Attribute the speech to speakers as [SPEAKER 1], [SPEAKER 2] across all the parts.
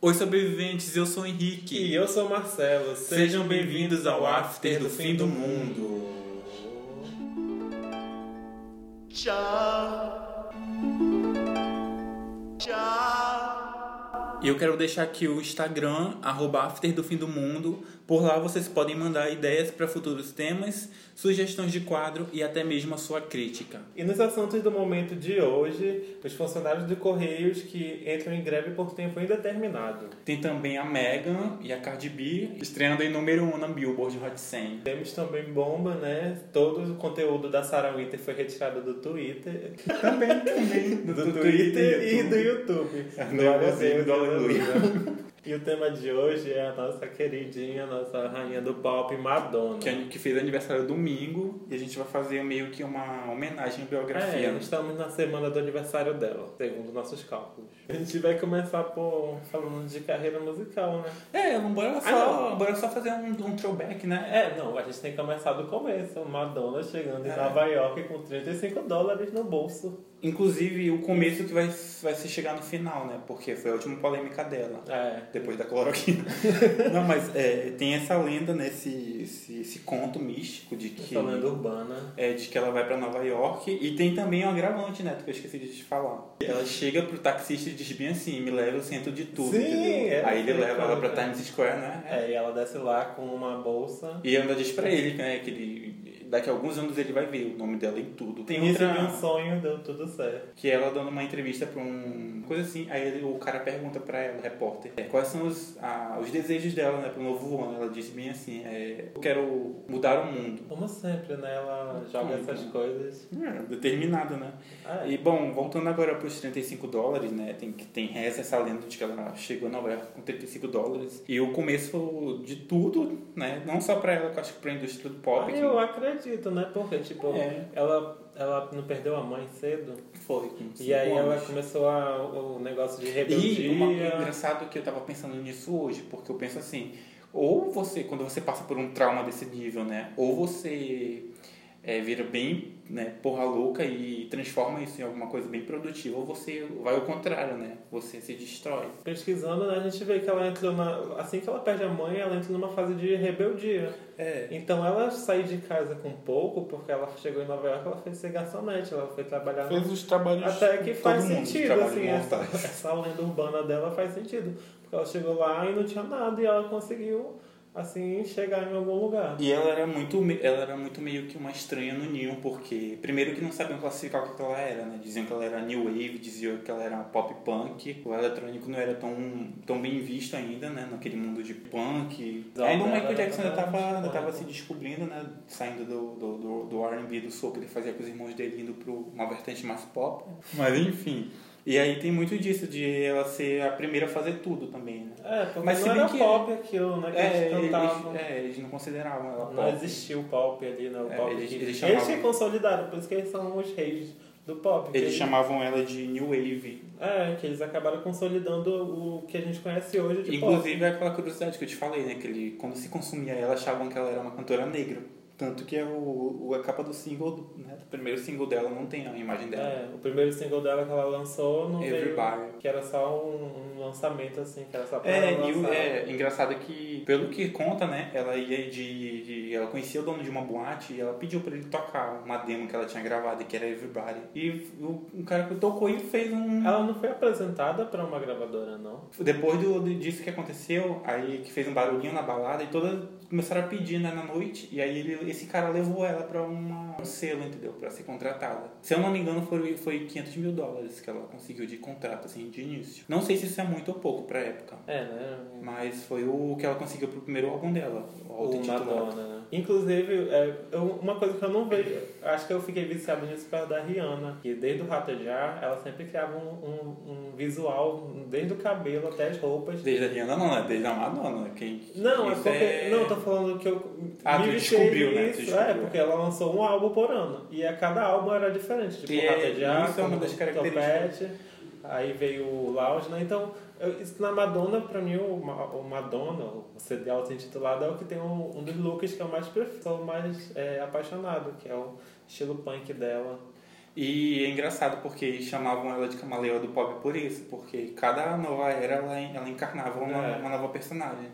[SPEAKER 1] Oi, sobreviventes, eu sou o Henrique.
[SPEAKER 2] E eu sou o Marcelo.
[SPEAKER 1] Sejam bem-vindos ao After do Fim do Mundo.
[SPEAKER 3] Tchau. Tchau.
[SPEAKER 1] E eu quero deixar aqui o Instagram, arroba After do Fim do Mundo. Por lá vocês podem mandar ideias para futuros temas, sugestões de quadro e até mesmo a sua crítica.
[SPEAKER 2] E nos assuntos do momento de hoje, os funcionários de Correios que entram em greve por tempo indeterminado.
[SPEAKER 1] Tem também a Megan e a Cardi B, estreando em número 1 na Billboard Hot 100.
[SPEAKER 2] Temos também bomba, né? Todo o conteúdo da Sarah Winter foi retirado do Twitter,
[SPEAKER 1] Também, também.
[SPEAKER 2] do, Twitter e do YouTube. É, Glória a
[SPEAKER 1] igualzinho,
[SPEAKER 2] Deus,
[SPEAKER 1] do aleluia.
[SPEAKER 2] aleluia. E o tema de hoje é a nossa queridinha, a nossa rainha do pop, Madonna.
[SPEAKER 1] Que, que fez aniversário domingo e a gente vai fazer meio que uma homenagem à biografia.
[SPEAKER 2] É, estamos na semana do aniversário dela, segundo nossos cálculos. A gente vai começar por falando de carreira musical, né?
[SPEAKER 1] É, bora
[SPEAKER 2] só-
[SPEAKER 1] só, bora só fazer um, um throwback, né?
[SPEAKER 2] É, não, a gente tem que começar do começo. Madonna chegando em
[SPEAKER 1] É.
[SPEAKER 2] Nova York com 35 dólares no bolso.
[SPEAKER 1] Inclusive o começo que vai, vai se chegar no final, né? Porque foi a última polêmica dela.
[SPEAKER 2] É.
[SPEAKER 1] Depois da cloroquina. Não, mas é, tem essa lenda, né? Esse, esse, esse conto místico de que...
[SPEAKER 2] Essa lenda urbana.
[SPEAKER 1] É, de que ela vai pra Nova York. E tem também um agravante, né? Que eu esqueci de te falar. Ela chega pro taxista e diz bem assim, me leva ao centro de tudo.
[SPEAKER 2] Sim,
[SPEAKER 1] entendeu?
[SPEAKER 2] é.
[SPEAKER 1] Aí ele leva ela pra Times Square, né?
[SPEAKER 2] É, e ela desce lá com uma bolsa.
[SPEAKER 1] E ainda diz pra ele, né, que ele, daqui a alguns anos ele vai ver o nome dela em tudo. Tem
[SPEAKER 2] e recebi um
[SPEAKER 1] outra
[SPEAKER 2] sonho, deu tudo certo.
[SPEAKER 1] que ela dando uma entrevista pra um... Coisa assim. Aí ele- o cara pergunta pra ela, o repórter, é, quais são os, a- os desejos dela, né, pro novo ano. Ela diz bem assim, é, eu quero mudar o mundo.
[SPEAKER 2] Como sempre, né? Ela joga
[SPEAKER 1] Tudo.
[SPEAKER 2] essas coisas.
[SPEAKER 1] É, determinada, né?
[SPEAKER 2] Ah,
[SPEAKER 1] E bom, voltando agora para os 35 dólares, né? Tem, tem reza essa lenda de que ela chegou a Nova York com 35 dólares. E o começo de tudo, né? Não só para ela, que eu acho que para a indústria do pop.
[SPEAKER 2] Ah,
[SPEAKER 1] que
[SPEAKER 2] eu acredito, né? Porque, tipo,
[SPEAKER 1] É.
[SPEAKER 2] ela, ela não perdeu a mãe cedo.
[SPEAKER 1] Foi. com cinco
[SPEAKER 2] é. E aí ela
[SPEAKER 1] anos.
[SPEAKER 2] começou a, o negócio de
[SPEAKER 1] E um uma coisa
[SPEAKER 2] rebeldia.
[SPEAKER 1] engraçado que eu tava pensando nisso hoje, porque eu penso assim, ou você, quando você passa por um trauma desse nível, né? Ou você é, vira bem, né, porra louca e transforma isso em alguma coisa bem produtiva, ou você vai ao contrário, né? Você se destrói.
[SPEAKER 2] Pesquisando, né, a gente vê que ela entrou na. Assim que ela perde a mãe, ela entra numa fase de rebeldia.
[SPEAKER 1] É.
[SPEAKER 2] Então ela sai de casa com pouco, porque ela chegou em Nova York, ela foi ser garçonete, ela foi trabalhar.
[SPEAKER 1] Fez os trabalhos.
[SPEAKER 2] Até que
[SPEAKER 1] todo
[SPEAKER 2] faz
[SPEAKER 1] mundo, os
[SPEAKER 2] sentido,
[SPEAKER 1] trabalhos
[SPEAKER 2] assim, essa,
[SPEAKER 1] mortais.
[SPEAKER 2] essa lenda urbana dela faz sentido. Porque ela chegou lá e não tinha nada, e ela conseguiu, assim, chegar em algum lugar.
[SPEAKER 1] E ela era muito, me- ela era muito meio que uma estranha no Neon, porque primeiro que não sabiam classificar o que que ela era, né? Diziam que ela era new wave, diziam que ela era pop punk, o eletrônico não era tão, tão bem visto ainda, né? Naquele mundo de punk.
[SPEAKER 2] Exato,
[SPEAKER 1] ainda o
[SPEAKER 2] ela
[SPEAKER 1] Michael
[SPEAKER 2] era
[SPEAKER 1] Jackson ainda tava, ainda
[SPEAKER 2] totalmente
[SPEAKER 1] tava
[SPEAKER 2] punk.
[SPEAKER 1] se descobrindo, né? Saindo do, do, do, do R&B, do soul que ele fazia com os irmãos dele, indo para uma vertente mais pop. Mas enfim. E aí tem muito disso, de ela ser a primeira a fazer tudo também, né?
[SPEAKER 2] É, porque
[SPEAKER 1] Mas
[SPEAKER 2] não
[SPEAKER 1] se bem
[SPEAKER 2] era
[SPEAKER 1] que-
[SPEAKER 2] pop aquilo, né? Que
[SPEAKER 1] É,
[SPEAKER 2] eles
[SPEAKER 1] eles,
[SPEAKER 2] cantavam.
[SPEAKER 1] é, eles não consideravam ela
[SPEAKER 2] Não
[SPEAKER 1] pop.
[SPEAKER 2] existia o pop ali, né? O
[SPEAKER 1] É,
[SPEAKER 2] pop
[SPEAKER 1] eles-
[SPEAKER 2] que-
[SPEAKER 1] eles
[SPEAKER 2] eles
[SPEAKER 1] chamavam-
[SPEAKER 2] se consolidaram, por isso que eles são os reis do pop. que
[SPEAKER 1] Eles chamavam ela de New Wave.
[SPEAKER 2] É, que eles acabaram consolidando o que a gente conhece hoje de pop.
[SPEAKER 1] Inclusive, é aquela curiosidade que eu te falei, né? Que ele, quando se consumia ela, achavam que ela era uma cantora negra. Tanto que é o, o- a capa do single, né? Do primeiro single dela não tem a imagem dela.
[SPEAKER 2] É, o primeiro single dela que ela lançou não veio,
[SPEAKER 1] né? Everybody.
[SPEAKER 2] que era só um, um lançamento, assim, que era só pra
[SPEAKER 1] É,
[SPEAKER 2] ela
[SPEAKER 1] e o-
[SPEAKER 2] lançar.
[SPEAKER 1] é engraçado que, pelo que conta, né? Ela ia de, de- Ela conhecia o dono de uma boate e ela pediu pra ele tocar uma demo que ela tinha gravado, que era Everybody. E o, o cara que tocou e fez um.
[SPEAKER 2] Ela não foi apresentada pra uma gravadora, não.
[SPEAKER 1] Depois do, disso que aconteceu, aí que fez um barulhinho na balada e todas começaram a pedir né, na noite. E aí ele- esse cara levou ela pra uma- um selo, entendeu? Pra ser contratada. Se eu não me engano, foi, foi 500 mil dólares que ela conseguiu de contrato, assim, de início. Não sei se isso é muito ou pouco pra época.
[SPEAKER 2] É, né?
[SPEAKER 1] Mas foi o que ela conseguiu pro primeiro álbum dela, o
[SPEAKER 2] O
[SPEAKER 1] autotitulado.
[SPEAKER 2] Madonna, né? Inclusive, é, eu- uma coisa que eu não vejo, acho que eu fiquei viciado nisso por causa da Rihanna, que desde o Ratejar, ela sempre criava um, um- um visual, desde o cabelo até as roupas.
[SPEAKER 1] Desde a Rihanna não, né? Desde a Madonna. Quem,
[SPEAKER 2] Não, é
[SPEAKER 1] isso
[SPEAKER 2] porque. Não, eu tô falando que eu.
[SPEAKER 1] Ah,
[SPEAKER 2] me
[SPEAKER 1] tu
[SPEAKER 2] viciei
[SPEAKER 1] descobriu, né? Tu
[SPEAKER 2] nisso,
[SPEAKER 1] descobriu.
[SPEAKER 2] É, porque ela lançou um álbum por ano. E a cada álbum era diferente. Tipo,
[SPEAKER 1] E
[SPEAKER 2] o Rata de
[SPEAKER 1] é-
[SPEAKER 2] Aço,
[SPEAKER 1] isso é uma
[SPEAKER 2] o
[SPEAKER 1] das características.
[SPEAKER 2] Topete, aí veio o Lounge, né? Então, eu- isso na Madonna, pra mim, o, Ma- o Madonna, o CD auto-intitulado, é o que tem um, um dos looks que eu mais prefiro, sou mais é, apaixonado, que é o estilo punk dela.
[SPEAKER 1] E é engraçado porque chamavam ela de Camaleão do Pop por isso, porque cada nova era ela, ela encarnava uma,
[SPEAKER 2] É.
[SPEAKER 1] uma nova personagem.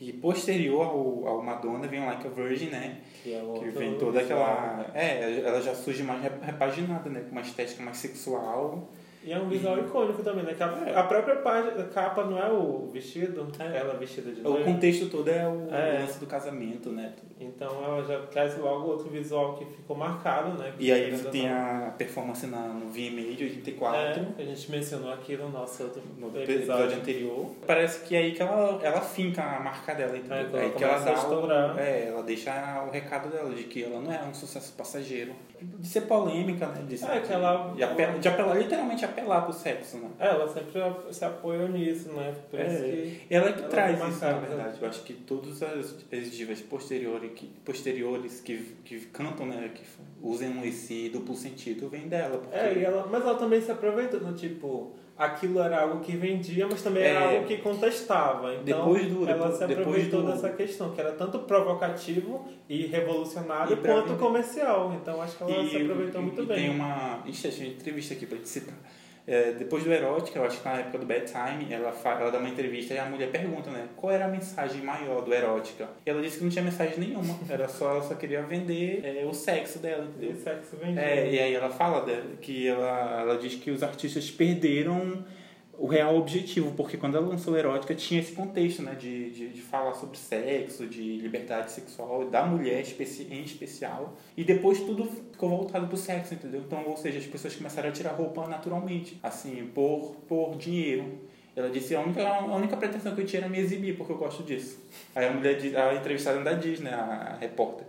[SPEAKER 1] E posterior ao, ao Madonna vem o Like a Virgin, né?
[SPEAKER 2] Que, é
[SPEAKER 1] Que
[SPEAKER 2] outro
[SPEAKER 1] vem toda
[SPEAKER 2] visual,
[SPEAKER 1] aquela.
[SPEAKER 2] né?
[SPEAKER 1] É, ela já surge mais rep- repaginada, né? Com uma estética mais sexual.
[SPEAKER 2] E é um visual icônico também, né? Que a,
[SPEAKER 1] É.
[SPEAKER 2] a própria página, a capa não é o vestido,
[SPEAKER 1] É.
[SPEAKER 2] ela vestida de
[SPEAKER 1] O
[SPEAKER 2] noiva.
[SPEAKER 1] contexto todo é o
[SPEAKER 2] É.
[SPEAKER 1] lance do casamento, né?
[SPEAKER 2] Então ela já traz logo outro visual que ficou marcado, né?
[SPEAKER 1] E aí
[SPEAKER 2] Querendo ou
[SPEAKER 1] tem
[SPEAKER 2] não.
[SPEAKER 1] a performance na, no VMA de 84.
[SPEAKER 2] É, que a gente mencionou aqui no nosso outro
[SPEAKER 1] No
[SPEAKER 2] episódio.
[SPEAKER 1] episódio anterior. Parece que é aí que ela, ela finca a marca dela, entendeu?
[SPEAKER 2] É,
[SPEAKER 1] É,
[SPEAKER 2] quando
[SPEAKER 1] aí
[SPEAKER 2] ela
[SPEAKER 1] que ela
[SPEAKER 2] começa a
[SPEAKER 1] dá
[SPEAKER 2] estourar.
[SPEAKER 1] o, é, ela deixa o recado dela de que ela não é um sucesso passageiro. De ser polêmica, né? De, ser-
[SPEAKER 2] É, que ela-
[SPEAKER 1] de, ape- de apelar, literalmente apelar pro sexo, né?
[SPEAKER 2] É, ela sempre se apoia nisso, né? Por
[SPEAKER 1] É.
[SPEAKER 2] isso que.
[SPEAKER 1] Ela é que
[SPEAKER 2] Ela
[SPEAKER 1] traz
[SPEAKER 2] é
[SPEAKER 1] isso, na
[SPEAKER 2] marcada.
[SPEAKER 1] verdade. Eu acho que todas as, as divas posteriores, que, posteriores que, que cantam, né? Que usam esse duplo sentido, vem dela. Porque
[SPEAKER 2] É, e ela... mas ela também se aproveitou, né? tipo, aquilo era algo que vendia, mas também era
[SPEAKER 1] É.
[SPEAKER 2] algo que contestava. Então
[SPEAKER 1] Depois do-
[SPEAKER 2] ela
[SPEAKER 1] depois-
[SPEAKER 2] se
[SPEAKER 1] depois
[SPEAKER 2] aproveitou
[SPEAKER 1] do-
[SPEAKER 2] dessa questão, que era tanto provocativo e revolucionário
[SPEAKER 1] E pra
[SPEAKER 2] quanto
[SPEAKER 1] vender.
[SPEAKER 2] comercial. Então acho que ela se aproveitou
[SPEAKER 1] e-
[SPEAKER 2] muito
[SPEAKER 1] e
[SPEAKER 2] bem.
[SPEAKER 1] Tem uma Ixi, achei uma entrevista aqui pra te citar. É, depois do Erótica, eu acho que na época do Bad Time, ela, fa- ela dá uma entrevista e a mulher pergunta, né? Qual era a mensagem maior do Erótica? E ela disse que não tinha mensagem nenhuma. Era só, ela só queria vender é, o sexo dela,
[SPEAKER 2] E
[SPEAKER 1] entendeu?
[SPEAKER 2] sexo vendido.
[SPEAKER 1] É, e aí ela fala de- que ela, ela diz que os artistas perderam o real objetivo, porque quando ela lançou Erótica tinha esse contexto, né? De, de, de falar sobre sexo, de liberdade sexual, da mulher especi- em especial. E depois tudo ficou voltado pro sexo, entendeu? Então, ou seja, as pessoas começaram a tirar roupa naturalmente, assim, por, por dinheiro. Ela disse, a única, a única pretensão que eu tinha era me exibir, porque eu gosto disso. Aí a mulher, diz- a entrevistada da Disney, a repórter,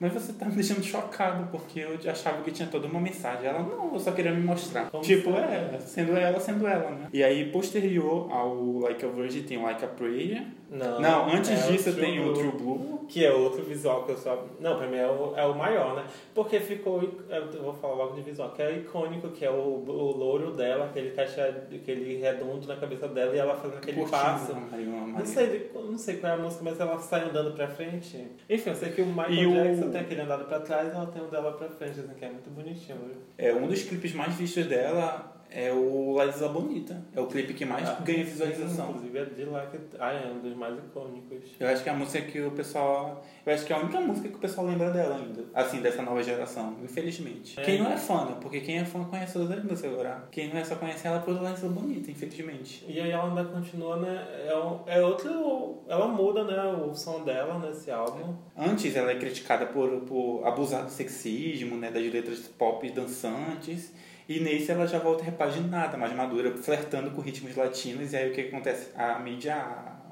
[SPEAKER 1] mas você tá me deixando chocado, porque eu achava que tinha toda uma mensagem. Ela, não, eu só queria me mostrar.
[SPEAKER 2] Como
[SPEAKER 1] tipo,
[SPEAKER 2] se-
[SPEAKER 1] é, sendo ela, sendo ela, né? E aí, posterior ao Like a Virgin, tem o Like a Prayer.
[SPEAKER 2] Não,
[SPEAKER 1] não, antes
[SPEAKER 2] é
[SPEAKER 1] disso
[SPEAKER 2] o
[SPEAKER 1] eu tenho o
[SPEAKER 2] True
[SPEAKER 1] True Blue.
[SPEAKER 2] Que é outro visual que eu só. Não, pra mim é o, é o maior, né? Porque ficou. é, Eu vou falar logo de visual, que é icônico, que é o, o louro dela, aquele caixa, aquele redondo na cabeça dela e ela fazendo aquele
[SPEAKER 1] Curtindo
[SPEAKER 2] passo.
[SPEAKER 1] a Mariana
[SPEAKER 2] Não
[SPEAKER 1] né, Maria.
[SPEAKER 2] sei, de- não sei qual é a música, mas ela sai andando pra frente. Enfim, eu sei que o
[SPEAKER 1] E
[SPEAKER 2] Michael
[SPEAKER 1] o-
[SPEAKER 2] Jackson tem aquele andado pra trás e ela tem o dela pra frente, assim, que é muito bonitinho. viu?
[SPEAKER 1] É, um dos clipes mais vistos dela é o La Isla Bonita. É o clipe que mais
[SPEAKER 2] Ah,
[SPEAKER 1] ganha visualização.
[SPEAKER 2] Inclusive é de lá que. Ah, é um dos mais icônicos.
[SPEAKER 1] Eu acho que é a música que o pessoal. Eu acho que é a única música que o pessoal lembra dela ainda. Assim, dessa nova geração, infelizmente.
[SPEAKER 2] É.
[SPEAKER 1] Quem não é fã, né? Porque quem é fã conhece todas as músicas agora. Quem não é só conhece ela por ela ser bonita, infelizmente.
[SPEAKER 2] E aí ela ainda continua, né? É, um, é outro. Ela muda, né? O som dela nesse álbum.
[SPEAKER 1] Antes ela é criticada por, por abusar do sexismo, né? Das letras pop dançantes. E nesse ela já volta repaginada, mais madura, flertando com ritmos latinos. E aí o que acontece? A mídia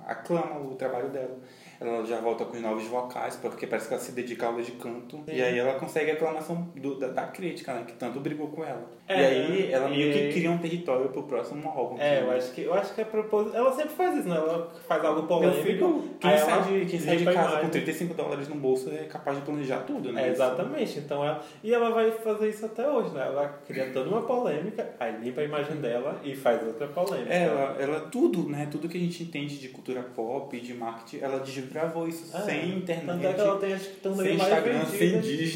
[SPEAKER 1] aclama o trabalho dela. Ela já volta com os novos vocais, porque parece que ela se dedica a aula de canto.
[SPEAKER 2] Sim.
[SPEAKER 1] E aí ela consegue a aclamação do- da, da crítica, né? Que tanto brigou com ela.
[SPEAKER 2] É,
[SPEAKER 1] e aí ela
[SPEAKER 2] e
[SPEAKER 1] meio
[SPEAKER 2] aí-
[SPEAKER 1] que cria um território pro próximo álbum.
[SPEAKER 2] É,
[SPEAKER 1] que-
[SPEAKER 2] eu acho que eu acho que é propósito. Ela sempre faz isso, né? Ela faz algo
[SPEAKER 1] Eu
[SPEAKER 2] polêmico.
[SPEAKER 1] fico... Quem
[SPEAKER 2] aí
[SPEAKER 1] sai
[SPEAKER 2] ela
[SPEAKER 1] de, quem sai de
[SPEAKER 2] limpa a
[SPEAKER 1] casa com
[SPEAKER 2] imagem.
[SPEAKER 1] 35 dólares no bolso é capaz de planejar tudo, né?
[SPEAKER 2] né? É,
[SPEAKER 1] Isso.
[SPEAKER 2] exatamente. Então ela, e ela vai fazer isso até hoje, né? Ela cria toda uma polêmica, aí limpa a imagem dela e faz outra polêmica.
[SPEAKER 1] É, Ela, ela, tudo, né? Tudo que a gente entende de cultura pop, de marketing, ela desbravou isso
[SPEAKER 2] É,
[SPEAKER 1] sem
[SPEAKER 2] Tanto é que ela
[SPEAKER 1] internet,
[SPEAKER 2] tem as que estão
[SPEAKER 1] sem
[SPEAKER 2] mais
[SPEAKER 1] Instagram, sem
[SPEAKER 2] vendidas.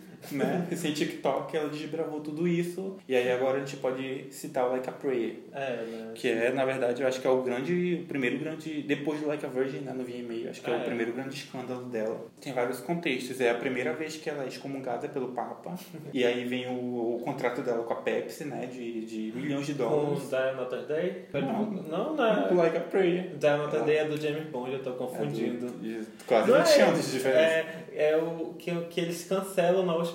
[SPEAKER 1] Disney, né? sem TikTok, ela desbravou tudo isso. E aí agora a gente pode citar o Like a Prayer,
[SPEAKER 2] É, né?
[SPEAKER 1] que é, na verdade, eu acho que é o grande, o primeiro grande, depois do Like a Virgin, né, no VMA, eu acho que é,
[SPEAKER 2] É.
[SPEAKER 1] o primeiro grande escândalo dela. Tem vários contextos, é a primeira vez que ela é excomungada pelo Papa, e aí vem o, o contrato dela com a Pepsi, né, de, de milhões de
[SPEAKER 2] Com
[SPEAKER 1] dólares.
[SPEAKER 2] Diana Day?
[SPEAKER 1] Não.
[SPEAKER 2] não,
[SPEAKER 1] O
[SPEAKER 2] né?
[SPEAKER 1] Like a Prayer.
[SPEAKER 2] Diana Day é do James Bond, eu tô confundindo.
[SPEAKER 1] É, de- de quase
[SPEAKER 2] Não
[SPEAKER 1] 20
[SPEAKER 2] é,
[SPEAKER 1] anos de diferença.
[SPEAKER 2] É, é o que, que eles cancelam na última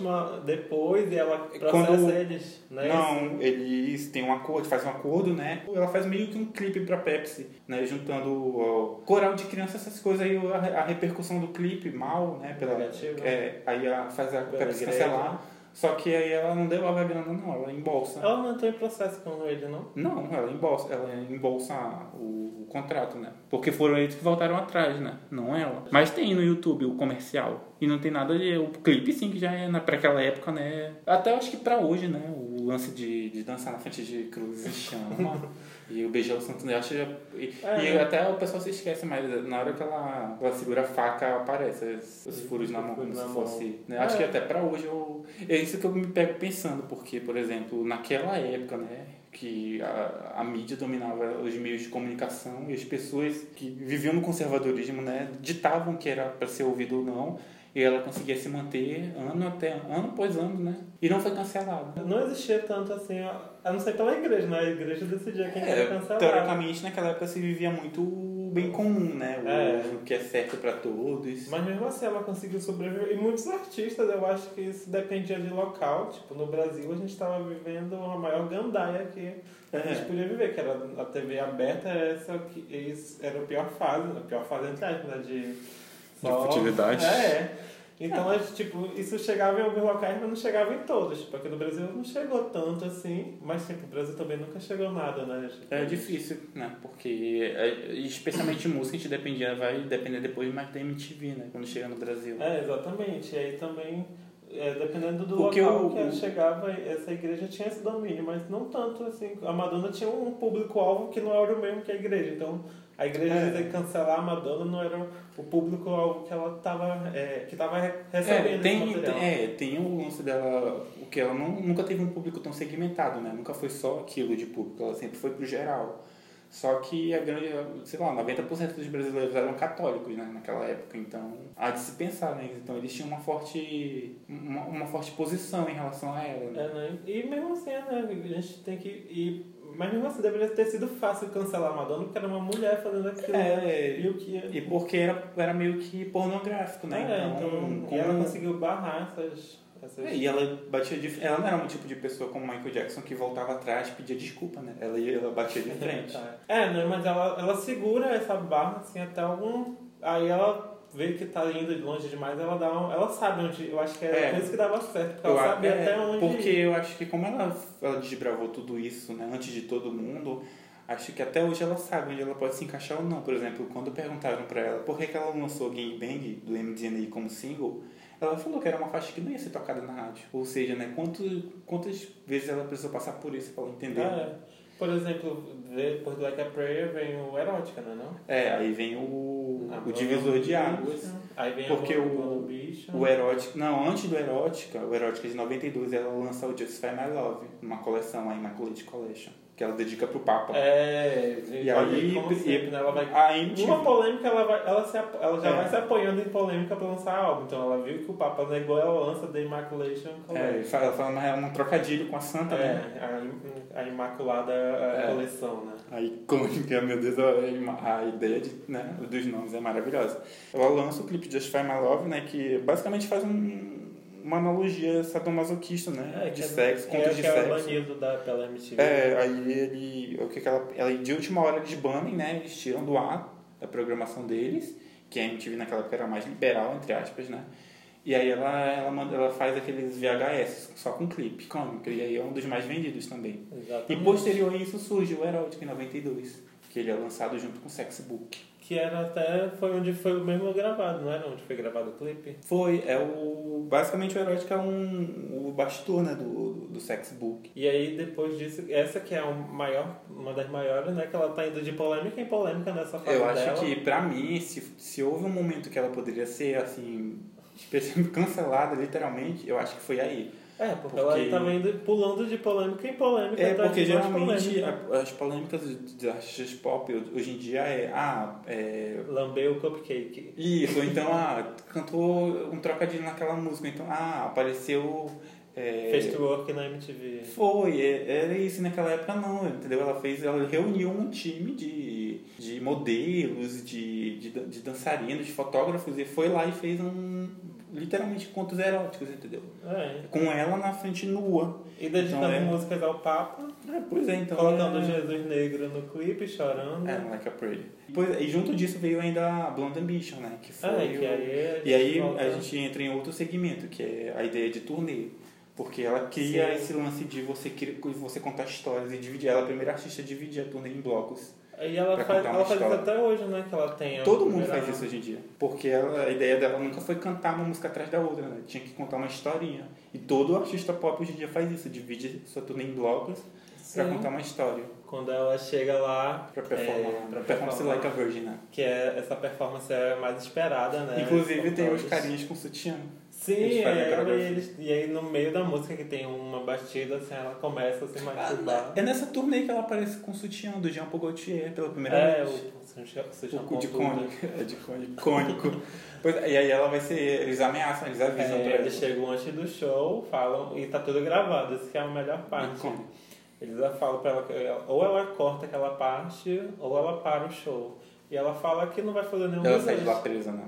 [SPEAKER 2] depois e ela processa
[SPEAKER 1] Quando-
[SPEAKER 2] eles, né?
[SPEAKER 1] Não, eles têm um acordo, fazem um acordo, né? Ela faz meio que um clipe pra Pepsi, né? Juntando o o coral de criança, essas coisas aí, a, a repercussão do clipe mal, né? Pela,
[SPEAKER 2] Negativa.
[SPEAKER 1] é, aí a, faz a
[SPEAKER 2] Pela
[SPEAKER 1] Pepsi
[SPEAKER 2] igreja.
[SPEAKER 1] cancelar. Só que aí ela não devolve a grana, não, ela embolsa.
[SPEAKER 2] Ela não entrou em processo com ele, não?
[SPEAKER 1] Não, ela embolsa, ela embolsa o, o contrato, né? Porque foram eles que voltaram atrás, né? Não ela. Mas tem no YouTube o comercial. E não tem nada de. O clipe, sim, que já é na, pra aquela época, né? Até eu acho que pra hoje, né? O o lance de, de dançar na frente de cruz e chama. e o beijão santo né? eu acho que já- e,
[SPEAKER 2] É.
[SPEAKER 1] e até o pessoal se esquece, mas na hora que ela, ela segura a faca, aparece os, os furos na mão, como
[SPEAKER 2] Furos
[SPEAKER 1] se
[SPEAKER 2] na
[SPEAKER 1] fosse.
[SPEAKER 2] mão.
[SPEAKER 1] né? Acho que
[SPEAKER 2] É.
[SPEAKER 1] até pra hoje eu. É isso que eu me pego pensando, porque, por exemplo, naquela época, né? Que a, a mídia dominava os meios de comunicação e as pessoas que viviam no conservadorismo, né? Ditavam o que era para ser ouvido ou não. E ela conseguia se manter ano até ano após ano, né? E não foi cancelada.
[SPEAKER 2] Não existia tanto assim, a a não ser pela igreja, né? A igreja decidia quem
[SPEAKER 1] É,
[SPEAKER 2] era cancelado.
[SPEAKER 1] teoricamente naquela época se vivia muito o bem comum, né? O,
[SPEAKER 2] É.
[SPEAKER 1] o que é certo pra todos.
[SPEAKER 2] Mas mesmo assim ela conseguiu sobreviver. E muitos artistas, eu acho que isso dependia de local. Tipo, no Brasil a gente estava vivendo a maior gandaia que a gente
[SPEAKER 1] É.
[SPEAKER 2] podia viver, que era a TV aberta, é essa que isso era a pior fase, a pior fase entre aspas, né? De,
[SPEAKER 1] futilidade.
[SPEAKER 2] É. Então, é, tipo, isso chegava em alguns locais, mas não chegava em todos. Tipo, aqui no Brasil não chegou tanto assim, mas tipo, o Brasil também nunca chegou nada, né? Tipo,
[SPEAKER 1] É difícil, né? Porque, é, especialmente música, a gente dependia, vai depender depois mais da MTV, né? Quando chega no Brasil.
[SPEAKER 2] É, exatamente. E aí também, é, dependendo do
[SPEAKER 1] Porque
[SPEAKER 2] local
[SPEAKER 1] o-
[SPEAKER 2] que ela chegava, essa igreja tinha esse domínio, mas não tanto assim. A Madonna tinha um público-alvo que não era o mesmo que a igreja. Então, a igreja
[SPEAKER 1] É.
[SPEAKER 2] dizer que cancelar a Madonna não era o público-alvo que ela estava é, que tava re- recebendo
[SPEAKER 1] É, tem,
[SPEAKER 2] esse material.
[SPEAKER 1] é, tem o lance dela, o que ela não, nunca teve um público tão segmentado, né? Nunca foi só aquilo de público, ela sempre foi pro geral. Só que a grande, sei lá, 90% dos brasileiros eram católicos né, naquela época, então há de se pensar, né? Então eles tinham uma forte, uma, uma forte posição em relação a ela, né?
[SPEAKER 2] É, né? E mesmo assim, né? A gente tem que ir... Mas mesmo assim, deveria ter sido fácil cancelar a Madonna, porque era uma mulher fazendo aquilo.
[SPEAKER 1] É,
[SPEAKER 2] E o que...
[SPEAKER 1] E porque era, era meio que pornográfico, né?
[SPEAKER 2] É,
[SPEAKER 1] então,
[SPEAKER 2] então,
[SPEAKER 1] como-
[SPEAKER 2] E ela conseguiu barrar essas... essas...
[SPEAKER 1] É, E ela batia de Ela não era um tipo de pessoa como Michael Jackson que voltava atrás e pedia desculpa, né? Ela, ia- ela batia de frente.
[SPEAKER 2] É, né? Mas ela, ela segura essa barra assim até algum. Aí ela vê que tá indo longe demais, ela dá um. Ela sabe onde. Eu acho que era
[SPEAKER 1] É.
[SPEAKER 2] por isso que dava certo, porque
[SPEAKER 1] Eu
[SPEAKER 2] ela
[SPEAKER 1] a-
[SPEAKER 2] sabia
[SPEAKER 1] é,
[SPEAKER 2] até onde.
[SPEAKER 1] Porque
[SPEAKER 2] ir.
[SPEAKER 1] eu acho que como ela, ela desbravou tudo isso, né? Antes de todo mundo, acho que até hoje ela sabe onde ela pode se encaixar ou não. Por exemplo, quando perguntaram pra ela por que, que ela lançou Game Bang do MDNA como single, ela falou que era uma faixa que não ia ser tocada na rádio. Ou seja, né? Quanto, quantas vezes ela precisou passar por isso pra ela entender?
[SPEAKER 2] É. Por exemplo, depois do Like a Prayer vem o Erótica, né? Não?
[SPEAKER 1] É, aí vem o,
[SPEAKER 2] Ah,
[SPEAKER 1] o divisor de
[SPEAKER 2] Bicho.
[SPEAKER 1] águas.
[SPEAKER 2] Aí vem
[SPEAKER 1] Porque
[SPEAKER 2] a
[SPEAKER 1] o-
[SPEAKER 2] Bola do Bicho.
[SPEAKER 1] O erótico, não, antes do erótica, o erótica de 92 ela lança o Justify My Love, uma coleção a Immaculate Collection, que ela dedica pro Papa.
[SPEAKER 2] É,
[SPEAKER 1] E
[SPEAKER 2] olha
[SPEAKER 1] aí-
[SPEAKER 2] como
[SPEAKER 1] e-
[SPEAKER 2] sempre, né? Ela vai
[SPEAKER 1] A MTV,
[SPEAKER 2] Uma polêmica, ela, vai, ela, se, apo- ela já
[SPEAKER 1] É.
[SPEAKER 2] vai se apoiando em polêmica pra lançar álbum. Então ela viu que o Papa negou, ela lança The Immaculation
[SPEAKER 1] é,
[SPEAKER 2] Collection.
[SPEAKER 1] fala- ela fala uma- um trocadilho com a Santa, né?
[SPEAKER 2] É, a, im- a Imaculada a
[SPEAKER 1] É.
[SPEAKER 2] Coleção, né?
[SPEAKER 1] A icônica, meu Deus, a, ima- a ideia de, né, dos nomes é maravilhosa. Ela lança o clipe Justify My Love, né, que basicamente faz um- uma analogia sadomasoquista, né, de sexo,
[SPEAKER 2] é,
[SPEAKER 1] contos de
[SPEAKER 2] que era
[SPEAKER 1] sexo.
[SPEAKER 2] banido da, pela MTV.
[SPEAKER 1] É, aí ele. O que que ela, ela- de última hora eles banem, né? Eles tiram do ar da programação deles, que a MTV naquela época era mais liberal, entre aspas, né? E aí ela, ela, manda, ela faz aqueles VHS só com clipe, cômico, e aí é um dos mais vendidos também. E
[SPEAKER 2] Exatamente.
[SPEAKER 1] posterior a isso surge o Heraldic em 92, que ele é lançado junto com o Sex Book.
[SPEAKER 2] Que era até... Foi onde foi o mesmo gravado, não era onde foi gravado o clipe?
[SPEAKER 1] Foi, é o. Basicamente o Heraldic é um. o bastidor, né? Do, do, do Sex Book.
[SPEAKER 2] E aí, depois disso, essa que é um maior, uma das maiores, né? Que ela tá indo de polêmica em polêmica nessa fase
[SPEAKER 1] Eu acho
[SPEAKER 2] dela.
[SPEAKER 1] que, pra mim, se, se houve um momento que ela poderia ser, assim, especialmente cancelada, literalmente, eu acho que foi aí.
[SPEAKER 2] É, porque,
[SPEAKER 1] Porque-
[SPEAKER 2] ela tava indo pulando de polêmica em polêmica.
[SPEAKER 1] É,
[SPEAKER 2] atrás
[SPEAKER 1] porque
[SPEAKER 2] de né? mais
[SPEAKER 1] geralmente
[SPEAKER 2] polêmica.
[SPEAKER 1] a- as polêmicas das artistas pop hoje em dia é, ah, é...
[SPEAKER 2] Lambeu o cupcake.
[SPEAKER 1] Isso, ou então, ah, cantou um trocadilho naquela música, então, ah, apareceu... É...
[SPEAKER 2] Fez work na MTV.
[SPEAKER 1] Foi, é- era isso naquela época não, entendeu? Ela fez, ela reuniu um time de, de modelos, de, de, dan- de dançarinos, de fotógrafos, e foi lá e fez um. literalmente contos eróticos, entendeu?
[SPEAKER 2] É.
[SPEAKER 1] Com ela na frente nua.
[SPEAKER 2] E dedicando
[SPEAKER 1] Então, é.
[SPEAKER 2] músicas ao Papa,
[SPEAKER 1] É, pois é, então.
[SPEAKER 2] colocando
[SPEAKER 1] é-
[SPEAKER 2] Jesus Negro no clipe, chorando.
[SPEAKER 1] É, Like a Prayer. Pois é, e junto disso veio ainda a Blonde Ambition, né? Que foi
[SPEAKER 2] Ah, e que
[SPEAKER 1] o-
[SPEAKER 2] aí a
[SPEAKER 1] E aí
[SPEAKER 2] volta.
[SPEAKER 1] a gente entra em outro segmento, que é a ideia de turnê. Porque ela cria
[SPEAKER 2] Sim.
[SPEAKER 1] esse lance de você, cri- você contar histórias e dividir. Ela é a primeira artista a dividir a turnê em blocos.
[SPEAKER 2] E ela,
[SPEAKER 1] Pra
[SPEAKER 2] faz,
[SPEAKER 1] contar uma
[SPEAKER 2] ela faz isso
[SPEAKER 1] história.
[SPEAKER 2] até hoje, né? Que ela tem. a
[SPEAKER 1] Todo mundo
[SPEAKER 2] primeira-
[SPEAKER 1] faz isso hoje em dia. Porque ela- a ideia dela nunca foi cantar uma música atrás da outra, né? Tinha que contar uma historinha. E todo artista pop hoje em dia faz isso. Divide sua turnê em blocos pra
[SPEAKER 2] Sim.
[SPEAKER 1] contar uma história.
[SPEAKER 2] Quando ela chega lá.
[SPEAKER 1] Pra performar.
[SPEAKER 2] é, pra
[SPEAKER 1] performance
[SPEAKER 2] performar,
[SPEAKER 1] like a virgin, né?
[SPEAKER 2] Que é, essa performance é a mais esperada, né?
[SPEAKER 1] Inclusive
[SPEAKER 2] Por
[SPEAKER 1] tem
[SPEAKER 2] todos.
[SPEAKER 1] os carinhas com sutiã.
[SPEAKER 2] Sim,
[SPEAKER 1] Eles fazem a
[SPEAKER 2] é, ela, e,
[SPEAKER 1] coreografia.
[SPEAKER 2] eles, e aí no meio da música que tem uma batida, assim, ela começa a se masturbar.
[SPEAKER 1] É nessa turnê que ela aparece com sutiã do Jean Paul Gaultier pela primeira
[SPEAKER 2] É,
[SPEAKER 1] vez.
[SPEAKER 2] o você
[SPEAKER 1] O cu de cônico. É de cônico. cônico. Pois é, e aí ela vai ser. Eles ameaçam, eles avisam pra
[SPEAKER 2] É, eles
[SPEAKER 1] eles.
[SPEAKER 2] chegam antes do show, falam, e tá tudo gravado, isso que é a melhor parte.
[SPEAKER 1] Cônico.
[SPEAKER 2] Eles já falam pra ela, que ela- ou ela corta aquela parte, ou ela para o show. E ela fala que não vai fazer nenhum
[SPEAKER 1] Ela
[SPEAKER 2] dos
[SPEAKER 1] sai de lá
[SPEAKER 2] dois.
[SPEAKER 1] presa, né?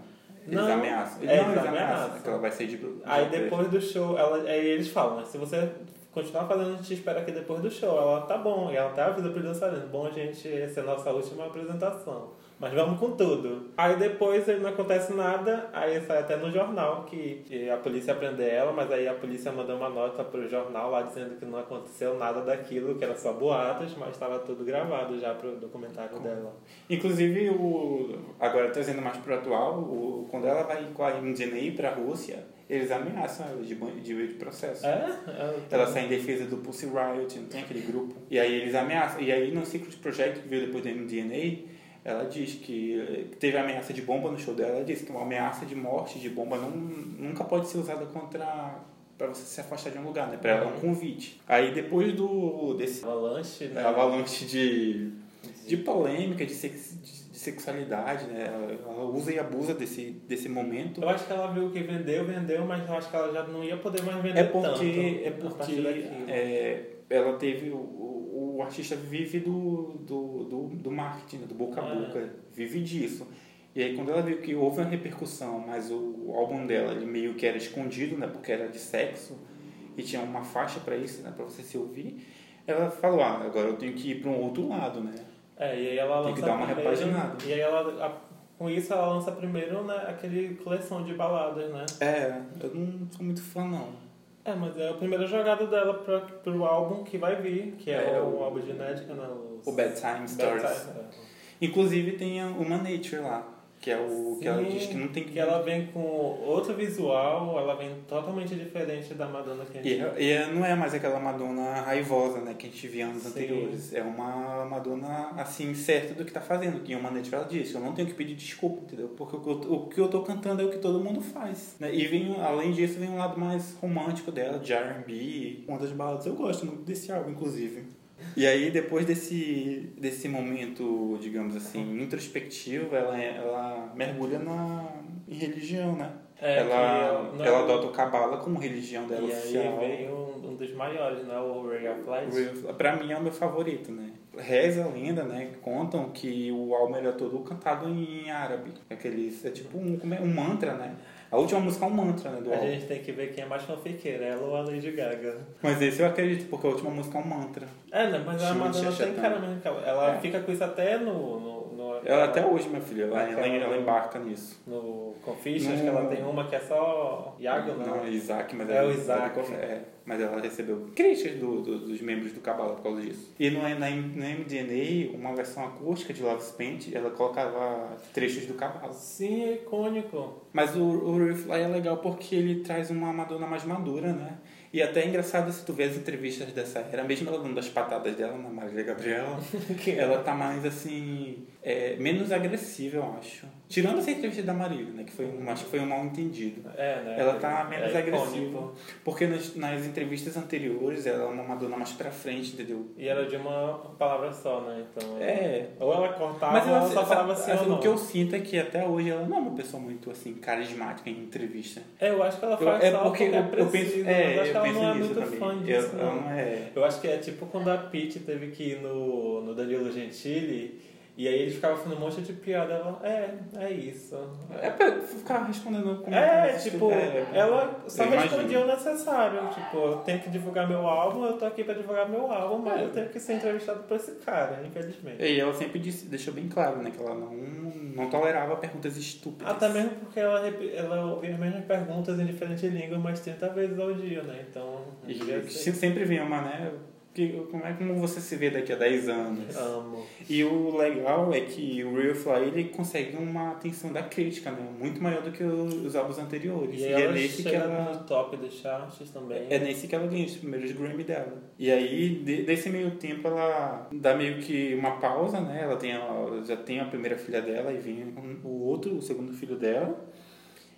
[SPEAKER 1] Eles
[SPEAKER 2] Não,
[SPEAKER 1] ameaçam.
[SPEAKER 2] é,
[SPEAKER 1] não,
[SPEAKER 2] eles
[SPEAKER 1] eles ameaçam.
[SPEAKER 2] ameaçam.
[SPEAKER 1] que ela vai sair de
[SPEAKER 2] Aí
[SPEAKER 1] de presa.
[SPEAKER 2] depois do show, ela, aí eles falam, né, se você continuar fazendo, a gente espera aqui depois do show. Ela, tá bom, e ela até avisa pros dançarinos, bom, gente, essa é a nossa última apresentação. Mas vamos com tudo. Aí depois aí não acontece nada, aí sai até no jornal que, que a polícia prende ela, mas aí a polícia mandou uma nota pro jornal lá dizendo que não aconteceu nada daquilo, que era só boatos, mas estava tudo gravado já pro documentário dela.
[SPEAKER 1] assim? Inclusive, o, agora trazendo mais pro atual, o, quando ela vai com a Indinei pra Rússia, eles ameaçam ela de, ban- de, de processo.
[SPEAKER 2] É? é
[SPEAKER 1] Ela sai em defesa do Pussy Riot, não tem aquele grupo. E aí eles ameaçam. E aí no Secret Project que veio depois do MDNA, ela diz que eh, teve ameaça de bomba no show dela. Ela disse que uma ameaça de morte de bomba não, nunca pode ser usada contra para você se afastar de um lugar, né? Para ela é um convite. Aí depois do desse
[SPEAKER 2] Avalanche, né?
[SPEAKER 1] avalanche de de polêmica, de, sex, de de sexualidade, né? Ela, ela usa e abusa desse desse momento.
[SPEAKER 2] Eu acho que ela viu que vendeu, vendeu, mas eu acho que ela já não ia poder mais vender
[SPEAKER 1] É
[SPEAKER 2] tanto.
[SPEAKER 1] porque, é
[SPEAKER 2] a partir
[SPEAKER 1] porque
[SPEAKER 2] daquilo.
[SPEAKER 1] é, ela teve. O, o, o artista vive do, do, do, do marketing, né, do boca a
[SPEAKER 2] Ah.
[SPEAKER 1] boca, vive disso. E aí, quando ela viu que houve uma repercussão, mas o, o álbum dela ele meio que era escondido, né, porque era de sexo, e tinha uma faixa pra isso, né, pra você se ouvir, ela falou: Ah, agora eu tenho que ir pra um outro lado, né?
[SPEAKER 2] É, e aí ela
[SPEAKER 1] Tem que
[SPEAKER 2] lança
[SPEAKER 1] dar uma
[SPEAKER 2] primeiro,
[SPEAKER 1] repaginada.
[SPEAKER 2] E aí ela, a- com isso ela lança primeiro né, aquele coleção de baladas, né?
[SPEAKER 1] É, eu não sou muito fã, não.
[SPEAKER 2] É, mas é a primeira jogada dela pra, pro álbum que vai vir, que é,
[SPEAKER 1] É,
[SPEAKER 2] o,
[SPEAKER 1] o-
[SPEAKER 2] álbum de Nédica, né? O, é.
[SPEAKER 1] O Bedtime Stories. Inclusive, tem a uma Nature lá, que é o que ela
[SPEAKER 2] Sim,
[SPEAKER 1] diz que não tem
[SPEAKER 2] Que ela vem com outro visual, ela vem totalmente diferente da Madonna que a gente
[SPEAKER 1] E, e ela não é mais aquela Madonna raivosa, né, que a gente via anos
[SPEAKER 2] Sim.
[SPEAKER 1] anteriores. É uma Madonna, assim, certa do que tá fazendo. Que em uma noite ela disse, eu não tenho que pedir desculpa, entendeu? Porque o, que eu- o que eu tô cantando é o que todo mundo faz. né? E vem, além disso, vem um lado mais romântico dela, de R&B, uma das baladas. Eu gosto muito desse álbum, inclusive. E aí, depois desse, desse momento, digamos assim, introspectivo, ela, é, ela mergulha na, em religião, né?
[SPEAKER 2] É,
[SPEAKER 1] ela,
[SPEAKER 2] que
[SPEAKER 1] ela,
[SPEAKER 2] não-
[SPEAKER 1] adota o cabala como religião dela
[SPEAKER 2] E aí
[SPEAKER 1] oficial.
[SPEAKER 2] vem um, um dos maiores, né? O Ray of Light.
[SPEAKER 1] Real- Pra mim é o meu favorito, né? Reza a lenda, né? que Contam que o álbum era todo cantado em árabe. Aqueles, é tipo um, como é? um mantra, né? A última música é um mantra, né? Do
[SPEAKER 2] A
[SPEAKER 1] álbum.
[SPEAKER 2] gente tem que ver quem é mais fanfiqueira, ela ou a Lady Gaga.
[SPEAKER 1] Mas esse eu acredito, porque a última música é um mantra.
[SPEAKER 2] É, né? Mas a
[SPEAKER 1] Sim,
[SPEAKER 2] Madonna
[SPEAKER 1] tia
[SPEAKER 2] tem
[SPEAKER 1] chata.
[SPEAKER 2] cara mesmo. que Ela, ela
[SPEAKER 1] É.
[SPEAKER 2] fica com isso até no. no, no
[SPEAKER 1] Ela até hoje, minha filha, ela, ela,
[SPEAKER 2] Aquela-
[SPEAKER 1] ela embarca nisso.
[SPEAKER 2] No Confessions,
[SPEAKER 1] No-
[SPEAKER 2] que ela tem uma que é só Iago, né?
[SPEAKER 1] Não, é Isaac, mas
[SPEAKER 2] É
[SPEAKER 1] ela-
[SPEAKER 2] o Isaac.
[SPEAKER 1] ela- é, mas ela recebeu críticas do, do- dos membros do Cabala por causa disso. E no, na, no MDNA, uma versão acústica de Love Spent, ela colocava trechos do Cabala.
[SPEAKER 2] Sim, é icônico.
[SPEAKER 1] Mas o, o Refly é legal porque ele traz uma Madonna mais madura, né? E até é engraçado se tu vê as entrevistas dessa era, mesmo ela dando as patadas dela na Maria Gabriela, ela tá mais assim, é, menos agressiva, eu acho. Tirando essa entrevista da Marília, né? Que foi, um- acho que foi um mal entendido.
[SPEAKER 2] É, né?
[SPEAKER 1] Ela tá
[SPEAKER 2] É
[SPEAKER 1] menos
[SPEAKER 2] icônico.
[SPEAKER 1] agressiva. Porque nas, nas entrevistas anteriores ela é uma Madonna mais pra frente, entendeu?
[SPEAKER 2] E era de uma palavra só, né? Então.
[SPEAKER 1] É.
[SPEAKER 2] Ou ela cortava,
[SPEAKER 1] Mas
[SPEAKER 2] ou ela
[SPEAKER 1] ela,
[SPEAKER 2] só falava assim, ou não.
[SPEAKER 1] o que eu sinto é que até hoje ela não é uma pessoa muito assim, carismática em entrevista.
[SPEAKER 2] É, eu acho que ela
[SPEAKER 1] Eu-
[SPEAKER 2] faz
[SPEAKER 1] é
[SPEAKER 2] só
[SPEAKER 1] porque eu,
[SPEAKER 2] é
[SPEAKER 1] eu penso,
[SPEAKER 2] preciso,
[SPEAKER 1] é,
[SPEAKER 2] mas acho
[SPEAKER 1] eu
[SPEAKER 2] que ela
[SPEAKER 1] penso
[SPEAKER 2] não é
[SPEAKER 1] nisso
[SPEAKER 2] muito
[SPEAKER 1] também.
[SPEAKER 2] fã
[SPEAKER 1] Eu-
[SPEAKER 2] disso, né?
[SPEAKER 1] ela
[SPEAKER 2] não.
[SPEAKER 1] não é.
[SPEAKER 2] Eu acho que é tipo quando a Pete teve que ir no, no Danilo Gentili e aí ele ficava fazendo um monte de piada. Ela, é, é isso.
[SPEAKER 1] É pra ficar respondendo como
[SPEAKER 2] É,
[SPEAKER 1] como se
[SPEAKER 2] tipo,
[SPEAKER 1] tiver-
[SPEAKER 2] ela só
[SPEAKER 1] né? Eu
[SPEAKER 2] respondia
[SPEAKER 1] imagino.
[SPEAKER 2] o necessário. Tipo, eu tenho que divulgar meu álbum, eu tô aqui pra divulgar meu álbum, mas
[SPEAKER 1] É.
[SPEAKER 2] eu tenho que ser entrevistado por esse cara, infelizmente.
[SPEAKER 1] E ela sempre disse, deixou bem claro, né, que ela não, não tolerava perguntas estúpidas.
[SPEAKER 2] Até mesmo porque ela, rep- ela ouvia as mesmas perguntas em diferentes línguas mais 30 vezes ao dia, né? Então.
[SPEAKER 1] E
[SPEAKER 2] devia
[SPEAKER 1] que
[SPEAKER 2] ser.
[SPEAKER 1] se- sempre vem uma, né, que, como é como você se vê daqui a 10 anos?
[SPEAKER 2] Amo.
[SPEAKER 1] E o legal é que o Real Fly ele consegue uma atenção da crítica, né? Muito maior do que o- os álbuns anteriores.
[SPEAKER 2] E,
[SPEAKER 1] E,
[SPEAKER 2] ela
[SPEAKER 1] é nesse que
[SPEAKER 2] chega
[SPEAKER 1] ela.
[SPEAKER 2] no top dos charts também.
[SPEAKER 1] É nesse que ela ganha os primeiros Grammy dela. E aí, de- desse meio tempo, ela dá meio que uma pausa, né? Ela tem a- já tem a primeira filha dela e vem um, o outro, o segundo filho dela.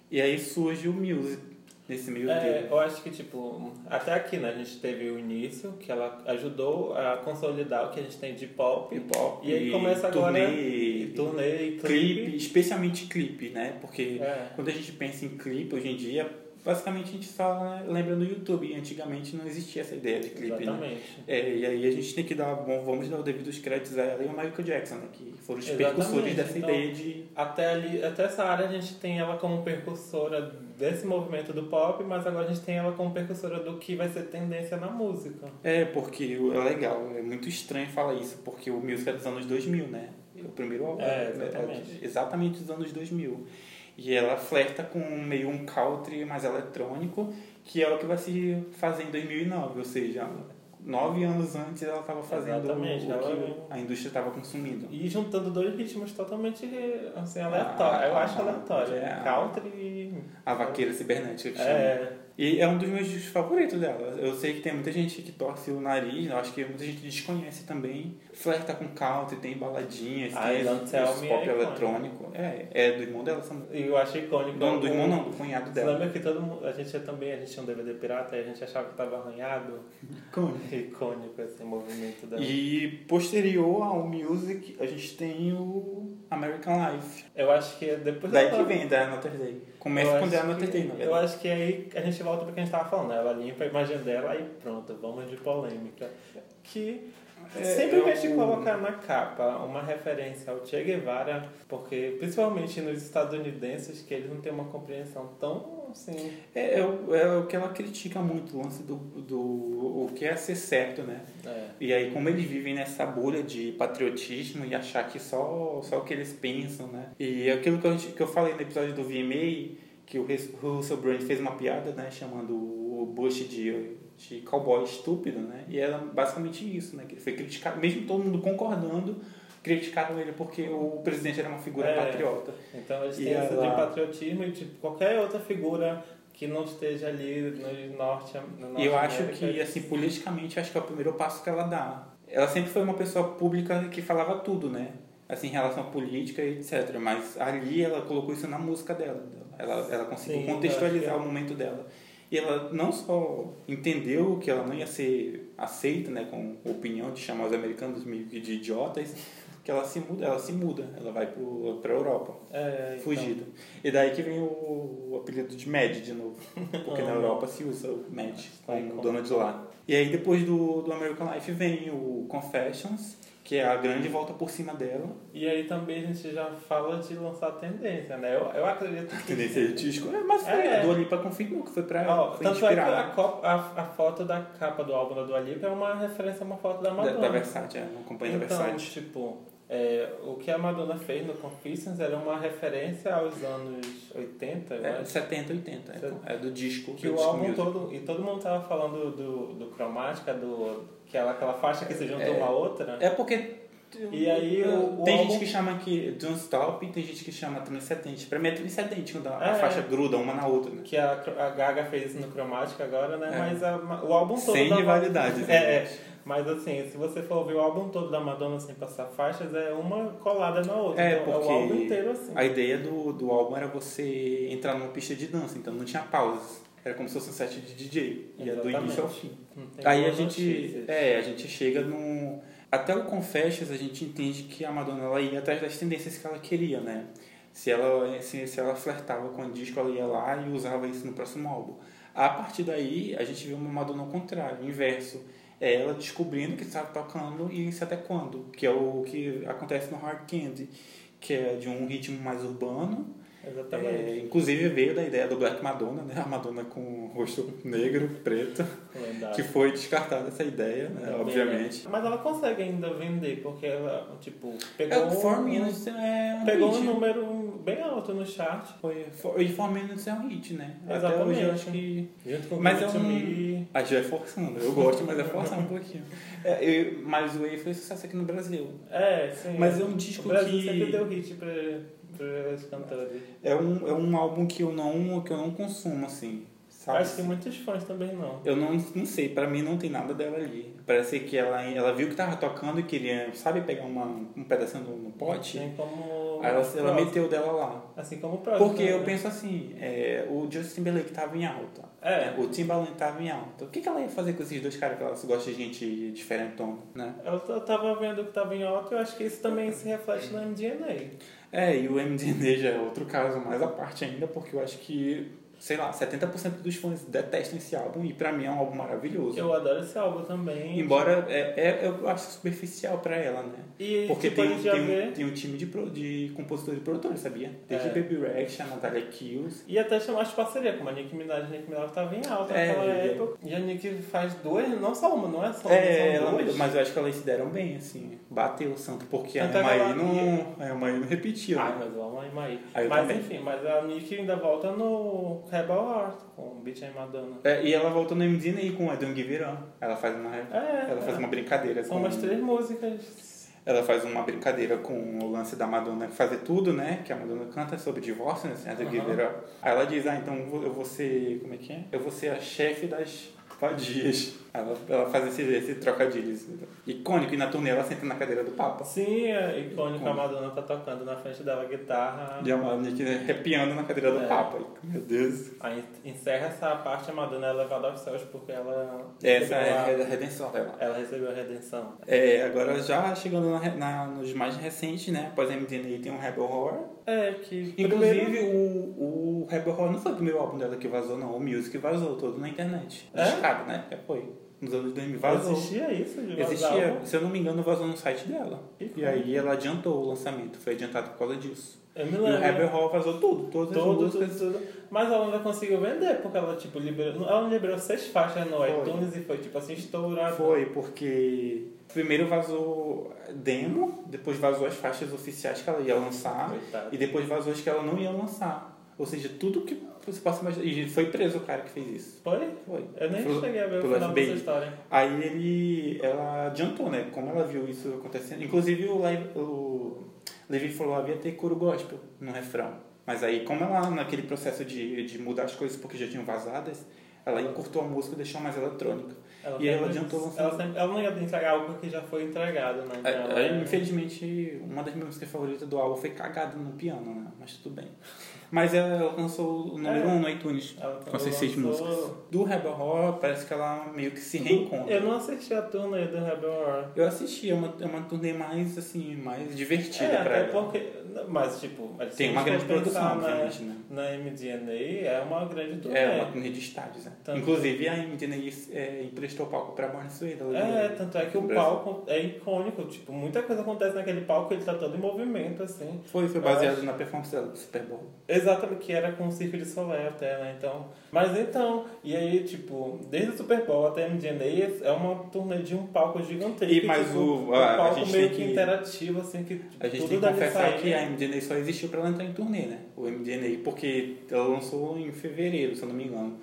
[SPEAKER 1] E aí surge o Music nesse meio
[SPEAKER 2] É,
[SPEAKER 1] tempo.
[SPEAKER 2] eu acho que, tipo, até aqui, né, a gente teve o início, que ela ajudou a consolidar o que a gente tem de pop.
[SPEAKER 1] Hip hop,
[SPEAKER 2] E aí começa agora-
[SPEAKER 1] turnê,
[SPEAKER 2] E turnê e
[SPEAKER 1] clipe,
[SPEAKER 2] clipe.
[SPEAKER 1] especialmente clipe, né? Porque
[SPEAKER 2] É.
[SPEAKER 1] Quando a gente pensa em clipe hoje em dia, basicamente a gente só lembra do YouTube. E antigamente não existia essa ideia de clipe, né?
[SPEAKER 2] Exatamente.
[SPEAKER 1] É, e aí a gente tem que dar, bom, vamos dar o devido dos créditos a ela e ao Michael Jackson, né? Que foram os
[SPEAKER 2] Exatamente,
[SPEAKER 1] percussores dessa
[SPEAKER 2] então-
[SPEAKER 1] ideia de...
[SPEAKER 2] Até, ali, até essa área a gente tem ela como percursora desse movimento do pop, mas agora a gente tem ela como percursora do que vai ser tendência na música.
[SPEAKER 1] É, porque o- é legal, é muito estranho falar isso, porque o Music é dos anos 2000, né? É O primeiro álbum.
[SPEAKER 2] É, exatamente.
[SPEAKER 1] é exatamente dos anos 2000. E ela flerta com meio um country mais eletrônico, que é o que vai se fazer em 2009, ou seja, nove anos antes ela estava fazendo
[SPEAKER 2] Exatamente,
[SPEAKER 1] o
[SPEAKER 2] ela-
[SPEAKER 1] que a indústria estava consumindo.
[SPEAKER 2] E juntando dois ritmos totalmente assim, aleatórios. eu acho aleatório.
[SPEAKER 1] Ah, É.
[SPEAKER 2] Country e.
[SPEAKER 1] A vaqueira cibernética que chama.
[SPEAKER 2] É.
[SPEAKER 1] E é um dos meus discos favoritos dela. Eu sei que tem muita gente que torce o nariz, eu acho que muita gente desconhece também. Flerta com country, tem baladinhas,
[SPEAKER 2] Ah,
[SPEAKER 1] tem
[SPEAKER 2] e Don't Tell
[SPEAKER 1] os
[SPEAKER 2] Me
[SPEAKER 1] pop
[SPEAKER 2] é icônico.
[SPEAKER 1] eletrônico. É, é do irmão dela, são...
[SPEAKER 2] E eu acho icônico.
[SPEAKER 1] não, do
[SPEAKER 2] algum-
[SPEAKER 1] irmão não, do cunhado
[SPEAKER 2] Você
[SPEAKER 1] dela.
[SPEAKER 2] lembra que todo mundo, a gente é também, a gente tinha um DVD pirata e a gente achava que tava arranhado?
[SPEAKER 1] Icônico.
[SPEAKER 2] é Icônico esse movimento dela.
[SPEAKER 1] E posterior ao Music, a gente tem o American Life.
[SPEAKER 2] Eu acho que depois
[SPEAKER 1] Daí
[SPEAKER 2] dela-
[SPEAKER 1] que vem, da Another Day.
[SPEAKER 2] é, eu
[SPEAKER 1] Começa com
[SPEAKER 2] acho
[SPEAKER 1] The Another
[SPEAKER 2] que-
[SPEAKER 1] Day, na
[SPEAKER 2] Eu
[SPEAKER 1] verdade.
[SPEAKER 2] acho que aí a gente volta pro que a gente tava falando. né? Ela limpa a imagem dela e pronto, vamos de polêmica. Que
[SPEAKER 1] É,
[SPEAKER 2] sempre
[SPEAKER 1] eu-
[SPEAKER 2] a gente colocar na capa uma referência ao Che Guevara, porque principalmente nos estadunidenses, que eles não têm uma compreensão tão assim.
[SPEAKER 1] É, é, o- é o que ela critica muito, o lance do, do o que é ser certo, né?
[SPEAKER 2] É.
[SPEAKER 1] E aí, como eles vivem nessa bolha de patriotismo e achar que só, só o que eles pensam, né? E é aquilo que, a gente, que eu falei no episódio do VMA, que o Rus- Russell Brand fez uma piada, né? Chamando o Bush de, de cowboy estúpido, né? E era basicamente isso, né? Que ele foi criticado, mesmo todo mundo concordando, criticaram ele porque o presidente era uma figura
[SPEAKER 2] É.
[SPEAKER 1] patriota.
[SPEAKER 2] Então eles
[SPEAKER 1] E
[SPEAKER 2] têm isso de
[SPEAKER 1] ela-
[SPEAKER 2] patriotismo e tipo, qualquer outra figura que não esteja ali no norte. No norte
[SPEAKER 1] E eu acho
[SPEAKER 2] América,
[SPEAKER 1] que, assim, politicamente, eu acho que é o primeiro passo que ela dá. Ela sempre foi uma pessoa pública que falava tudo, né? Assim, em relação à política e etc. Mas ali ela colocou isso na música dela. Ela, ela conseguiu
[SPEAKER 2] Sim, eu
[SPEAKER 1] contextualizar
[SPEAKER 2] acho é.
[SPEAKER 1] o momento dela. E ela não só entendeu que ela não ia ser aceita, né? Com a opinião de chamar os americanos meio que de idiotas, que ela se muda, ela se muda. Ela vai pro, pra Europa.
[SPEAKER 2] é, então,
[SPEAKER 1] Fugido. E daí que vem o, o apelido de Mad de novo. Porque
[SPEAKER 2] Ah.
[SPEAKER 1] na Europa se usa o Mad, como dono de lá. E aí depois do, do American Life vem o Confessions, que é a grande volta por cima dela.
[SPEAKER 2] E aí também a gente já fala de lançar tendência, né? Eu, eu acredito
[SPEAKER 1] A
[SPEAKER 2] que.
[SPEAKER 1] tendência de disco. É, mas foi
[SPEAKER 2] É.
[SPEAKER 1] a Dua Lipa confirmou que foi pra
[SPEAKER 2] Ó,
[SPEAKER 1] foi
[SPEAKER 2] tanto é que
[SPEAKER 1] inspirada.
[SPEAKER 2] a, copa- a, a foto da capa do álbum da Dua Lipa é uma referência a uma foto da
[SPEAKER 1] Da,
[SPEAKER 2] Madonna.
[SPEAKER 1] da Versace, é, uma companhia da
[SPEAKER 2] então,
[SPEAKER 1] Versace.
[SPEAKER 2] tipo, é, o que a Madonna fez no Confessions era uma referência aos anos 80, eu
[SPEAKER 1] É,
[SPEAKER 2] acho.
[SPEAKER 1] 70, 80. É, é do disco.
[SPEAKER 2] Que
[SPEAKER 1] do
[SPEAKER 2] o
[SPEAKER 1] disco
[SPEAKER 2] álbum
[SPEAKER 1] music.
[SPEAKER 2] todo. E todo mundo tava falando do, do cromática, do, que ela, aquela faixa que se junta
[SPEAKER 1] É.
[SPEAKER 2] uma à outra. né?
[SPEAKER 1] É porque...
[SPEAKER 2] E aí o- o
[SPEAKER 1] tem
[SPEAKER 2] álbum-
[SPEAKER 1] gente que chama que Don't Stop e tem gente que chama Transcendente. Pra mim é Transcendente quando a, a
[SPEAKER 2] É.
[SPEAKER 1] faixa gruda uma na outra, né?
[SPEAKER 2] Que a, a Gaga fez no cromática agora, né?
[SPEAKER 1] É.
[SPEAKER 2] Mas a- o álbum todo.
[SPEAKER 1] Sem
[SPEAKER 2] da-
[SPEAKER 1] rivalidades,
[SPEAKER 2] É,
[SPEAKER 1] né?
[SPEAKER 2] é. Mas assim, se você for ouvir o álbum todo da Madonna sem passar faixas, é uma colada na outra.
[SPEAKER 1] É,
[SPEAKER 2] então,
[SPEAKER 1] porque
[SPEAKER 2] é o álbum inteiro assim.
[SPEAKER 1] a ideia do, do álbum era você entrar numa pista de dança, então não tinha pausas. Era como se fosse um set de DJ. Ia é do
[SPEAKER 2] Exatamente.
[SPEAKER 1] início ao fim.
[SPEAKER 2] Não tem
[SPEAKER 1] Aí a
[SPEAKER 2] boas
[SPEAKER 1] gente.
[SPEAKER 2] notícias.
[SPEAKER 1] É, a gente chega num. Até o Confessions a gente entende que a Madonna ela ia atrás das tendências que ela queria, né? Se ela, se, se ela flertava com o disco, ela ia lá e usava isso no próximo álbum. A partir daí, a gente vê uma Madonna ao contrário, inverso. É ela descobrindo que estava tocando e se adequando, que é o que acontece no Hard Candy, que é de um ritmo mais urbano,
[SPEAKER 2] Exatamente.
[SPEAKER 1] é, inclusive veio da ideia do Black Madonna, né? A Madonna com o rosto negro, preto,
[SPEAKER 2] Lendário.
[SPEAKER 1] que foi descartada essa ideia, né?
[SPEAKER 2] Também,
[SPEAKER 1] Obviamente.
[SPEAKER 2] né? Mas ela consegue ainda vender, porque ela, tipo,
[SPEAKER 1] É,
[SPEAKER 2] pegou.
[SPEAKER 1] o Four
[SPEAKER 2] um-
[SPEAKER 1] Minutes é um
[SPEAKER 2] Pegou um
[SPEAKER 1] hit.
[SPEAKER 2] número bem alto no chart.
[SPEAKER 1] Foi, foi, e For Minutes é um hit, né? Até
[SPEAKER 2] Exatamente.
[SPEAKER 1] hoje eu acho que.
[SPEAKER 2] Junto com
[SPEAKER 1] Mas
[SPEAKER 2] Give It
[SPEAKER 1] é
[SPEAKER 2] To
[SPEAKER 1] um-
[SPEAKER 2] Me.
[SPEAKER 1] A gente vai forçando, eu gosto, mas é forçar um pouquinho. É, eu- mas o Way foi um sucesso aqui no Brasil.
[SPEAKER 2] É, sim.
[SPEAKER 1] Mas é um disco
[SPEAKER 2] o Brasil
[SPEAKER 1] que-
[SPEAKER 2] sempre deu hit pra, pra os cantores.
[SPEAKER 1] É um, é um álbum que eu não, que eu não consumo, assim. Sabe?
[SPEAKER 2] Acho que muitos fãs também não.
[SPEAKER 1] Eu não, não sei, pra mim não tem nada dela ali. Parece que ela, ela viu que tava tocando e queria, sabe, pegar uma, um pedacinho no, no pote.
[SPEAKER 2] Assim como.
[SPEAKER 1] Aí ela, ela
[SPEAKER 2] Próximo.
[SPEAKER 1] meteu dela lá.
[SPEAKER 2] Assim como o próximo.
[SPEAKER 1] Porque eu
[SPEAKER 2] né?
[SPEAKER 1] penso assim, é, o Justin Timberlake tava em alta.
[SPEAKER 2] É.
[SPEAKER 1] O Timbaland tava em alta. O que, que ela ia fazer com esses dois caras que ela gosta de gente diferentona, né?
[SPEAKER 2] Eu t- eu tava vendo que tava em alta e eu acho que isso também se reflete no MDNA.
[SPEAKER 1] É, e o MDNA já é outro caso mais à parte ainda, porque eu acho que, sei lá, 70% dos fãs detestam esse álbum e pra mim é um álbum maravilhoso.
[SPEAKER 2] Eu adoro esse álbum também.
[SPEAKER 1] Embora é, é- eu acho superficial pra ela, né?
[SPEAKER 2] E
[SPEAKER 1] Porque
[SPEAKER 2] tipo, a
[SPEAKER 1] tem,
[SPEAKER 2] gente
[SPEAKER 1] um-
[SPEAKER 2] já
[SPEAKER 1] tem,
[SPEAKER 2] vê.
[SPEAKER 1] um, tem um time de, pro- de compositores e produtores, sabia? Desde
[SPEAKER 2] É.
[SPEAKER 1] Baby Rex, a Natalia Kills.
[SPEAKER 2] E até chamar de parceria, como a Nicki Minaj. A Nicki Minaj tava em alta
[SPEAKER 1] É,
[SPEAKER 2] naquela
[SPEAKER 1] e-
[SPEAKER 2] época. E a Nicki faz duas, não só uma, não é só uma,
[SPEAKER 1] É,
[SPEAKER 2] são
[SPEAKER 1] ela-
[SPEAKER 2] duas.
[SPEAKER 1] mas eu acho que elas se deram bem, assim. Bateu o santo, porque a
[SPEAKER 2] Tanto é que
[SPEAKER 1] Emma
[SPEAKER 2] ela-
[SPEAKER 1] não, a Emma não repetiu.
[SPEAKER 2] Ai,
[SPEAKER 1] né?
[SPEAKER 2] Ah, mas eu amo a Imaí.
[SPEAKER 1] Ah, eu
[SPEAKER 2] mas
[SPEAKER 1] também.
[SPEAKER 2] enfim, mas a Nicki ainda volta no Rebel Art, com Beach and Madonna.
[SPEAKER 1] É, e ela voltou no MDNA com a Don't Give It Up. Ela faz uma,
[SPEAKER 2] É,
[SPEAKER 1] ela faz
[SPEAKER 2] é.
[SPEAKER 1] uma brincadeira
[SPEAKER 2] São
[SPEAKER 1] com...
[SPEAKER 2] umas três músicas.
[SPEAKER 1] Ela faz uma brincadeira com o lance da Madonna fazer tudo, né? Que a Madonna canta sobre divórcio, né? Assim, as
[SPEAKER 2] Aham.
[SPEAKER 1] Guerreiro. Aí ela diz, ah, então eu vou- eu vou ser. Como é que é? Eu vou ser a chefe das vadias. Ela, ela faz esse, esse trocadilho assim, icônico, e na turnê ela senta na cadeira do Papa.
[SPEAKER 2] Sim, é icônico, a Madonna tá tocando na frente dela a guitarra.
[SPEAKER 1] E a Madonna aqui, né, arrepiando na cadeira do
[SPEAKER 2] É.
[SPEAKER 1] Papa. Meu Deus.
[SPEAKER 2] Aí encerra essa parte, a Madonna é levada aos céus porque ela
[SPEAKER 1] Essa
[SPEAKER 2] recebeu a-
[SPEAKER 1] é a redenção dela.
[SPEAKER 2] ela recebeu a redenção.
[SPEAKER 1] É, agora já chegando na- na- nos mais recentes, né? Após a MDNA tem um Rebel Horror.
[SPEAKER 2] É, que primeiro-
[SPEAKER 1] Inclusive, o, o Rebel Horror não foi o primeiro álbum dela que vazou, não. O Music vazou todo na internet.
[SPEAKER 2] É?
[SPEAKER 1] Discado, né? É, foi. Nos anos 2000 vazou.
[SPEAKER 2] Existia isso de vazar
[SPEAKER 1] Existia,
[SPEAKER 2] álbum?
[SPEAKER 1] se eu não me engano, vazou no site dela.
[SPEAKER 2] Que
[SPEAKER 1] E aí ela adiantou o lançamento, foi adiantado por causa disso.
[SPEAKER 2] Eu me
[SPEAKER 1] E o
[SPEAKER 2] lembro.
[SPEAKER 1] Rebel Horror vazou tudo, todas as
[SPEAKER 2] Tudo,
[SPEAKER 1] músicas.
[SPEAKER 2] tudo, tudo. Mas ela ainda conseguiu vender, porque ela, tipo, liberou... Ela liberou seis faixas no
[SPEAKER 1] Foi.
[SPEAKER 2] iTunes e foi, tipo, assim, estourada.
[SPEAKER 1] Foi, porque primeiro vazou demo, depois vazou as faixas oficiais que ela ia lançar,
[SPEAKER 2] Coitado.
[SPEAKER 1] e depois vazou as que ela não ia lançar. Ou seja, tudo que você possa imaginar. E foi preso o cara que fez isso.
[SPEAKER 2] Foi?
[SPEAKER 1] Foi.
[SPEAKER 2] Eu nem
[SPEAKER 1] Foi-
[SPEAKER 2] cheguei a ver o
[SPEAKER 1] pelo
[SPEAKER 2] final
[SPEAKER 1] FBI.
[SPEAKER 2] dessa história.
[SPEAKER 1] Aí ele, ela adiantou, né? Como ela viu isso acontecendo. Inclusive o, Live, o Levi falou "Ah, havia ter coro gospel no refrão. Mas aí, como ela, naquele processo de, de mudar as coisas porque já tinham vazadas, ela encurtou a música e deixou mais eletrônica. E
[SPEAKER 2] sempre-
[SPEAKER 1] ela adiantou lançar-
[SPEAKER 2] Ela, sempre... ela não ia entregar algo que já foi entregado, né?
[SPEAKER 1] É,
[SPEAKER 2] Então,
[SPEAKER 1] é,
[SPEAKER 2] ela-
[SPEAKER 1] infelizmente, uma das minhas músicas favoritas do álbum foi Cagada no Piano, né? Mas tudo bem. Mas ela alcançou o número
[SPEAKER 2] É.
[SPEAKER 1] 1 um no iTunes.
[SPEAKER 2] ela
[SPEAKER 1] Com essas seis
[SPEAKER 2] lançou-
[SPEAKER 1] músicas. Do Rebel Horror, parece que ela meio que se reencontra.
[SPEAKER 2] Eu não assisti a turnê do Rebel War.
[SPEAKER 1] Eu assisti, é uma, é uma turnê mais, assim, mais divertida pra
[SPEAKER 2] É, até
[SPEAKER 1] ela.
[SPEAKER 2] porque... Mas, tipo... mas se
[SPEAKER 1] Tem
[SPEAKER 2] a
[SPEAKER 1] uma
[SPEAKER 2] gente
[SPEAKER 1] grande
[SPEAKER 2] for pensar
[SPEAKER 1] produção,
[SPEAKER 2] na-
[SPEAKER 1] obviamente, né?
[SPEAKER 2] Na MDNA é uma grande turnê.
[SPEAKER 1] É, uma turnê de estádios, né?
[SPEAKER 2] Tanto-
[SPEAKER 1] Inclusive, a Indina é, emprestou o palco pra Born Suede. ela
[SPEAKER 2] É,
[SPEAKER 1] lembra?
[SPEAKER 2] tanto é que o
[SPEAKER 1] No Brasil.
[SPEAKER 2] palco é icônico, tipo, muita coisa acontece naquele palco, ele tá todo em movimento, assim.
[SPEAKER 1] Foi, foi
[SPEAKER 2] Eu
[SPEAKER 1] baseado
[SPEAKER 2] acho-
[SPEAKER 1] na performance dela do Super Bowl.
[SPEAKER 2] Exatamente, que era com o Circo de Soleil até, né, então... Mas então, e aí, tipo, desde o Super Bowl até a MDNA é uma turnê de um palco gigantesco.
[SPEAKER 1] E, mas
[SPEAKER 2] tipo,
[SPEAKER 1] o-
[SPEAKER 2] um
[SPEAKER 1] a- a
[SPEAKER 2] palco
[SPEAKER 1] gente
[SPEAKER 2] meio
[SPEAKER 1] tem
[SPEAKER 2] que...
[SPEAKER 1] que-
[SPEAKER 2] interativo, assim, que
[SPEAKER 1] A gente
[SPEAKER 2] tudo
[SPEAKER 1] tem que
[SPEAKER 2] deve
[SPEAKER 1] confessar
[SPEAKER 2] sair. né?
[SPEAKER 1] que a MDNA só existiu pra ela entrar em turnê, né? O MDNA, porque ela lançou em fevereiro, se eu não me engano.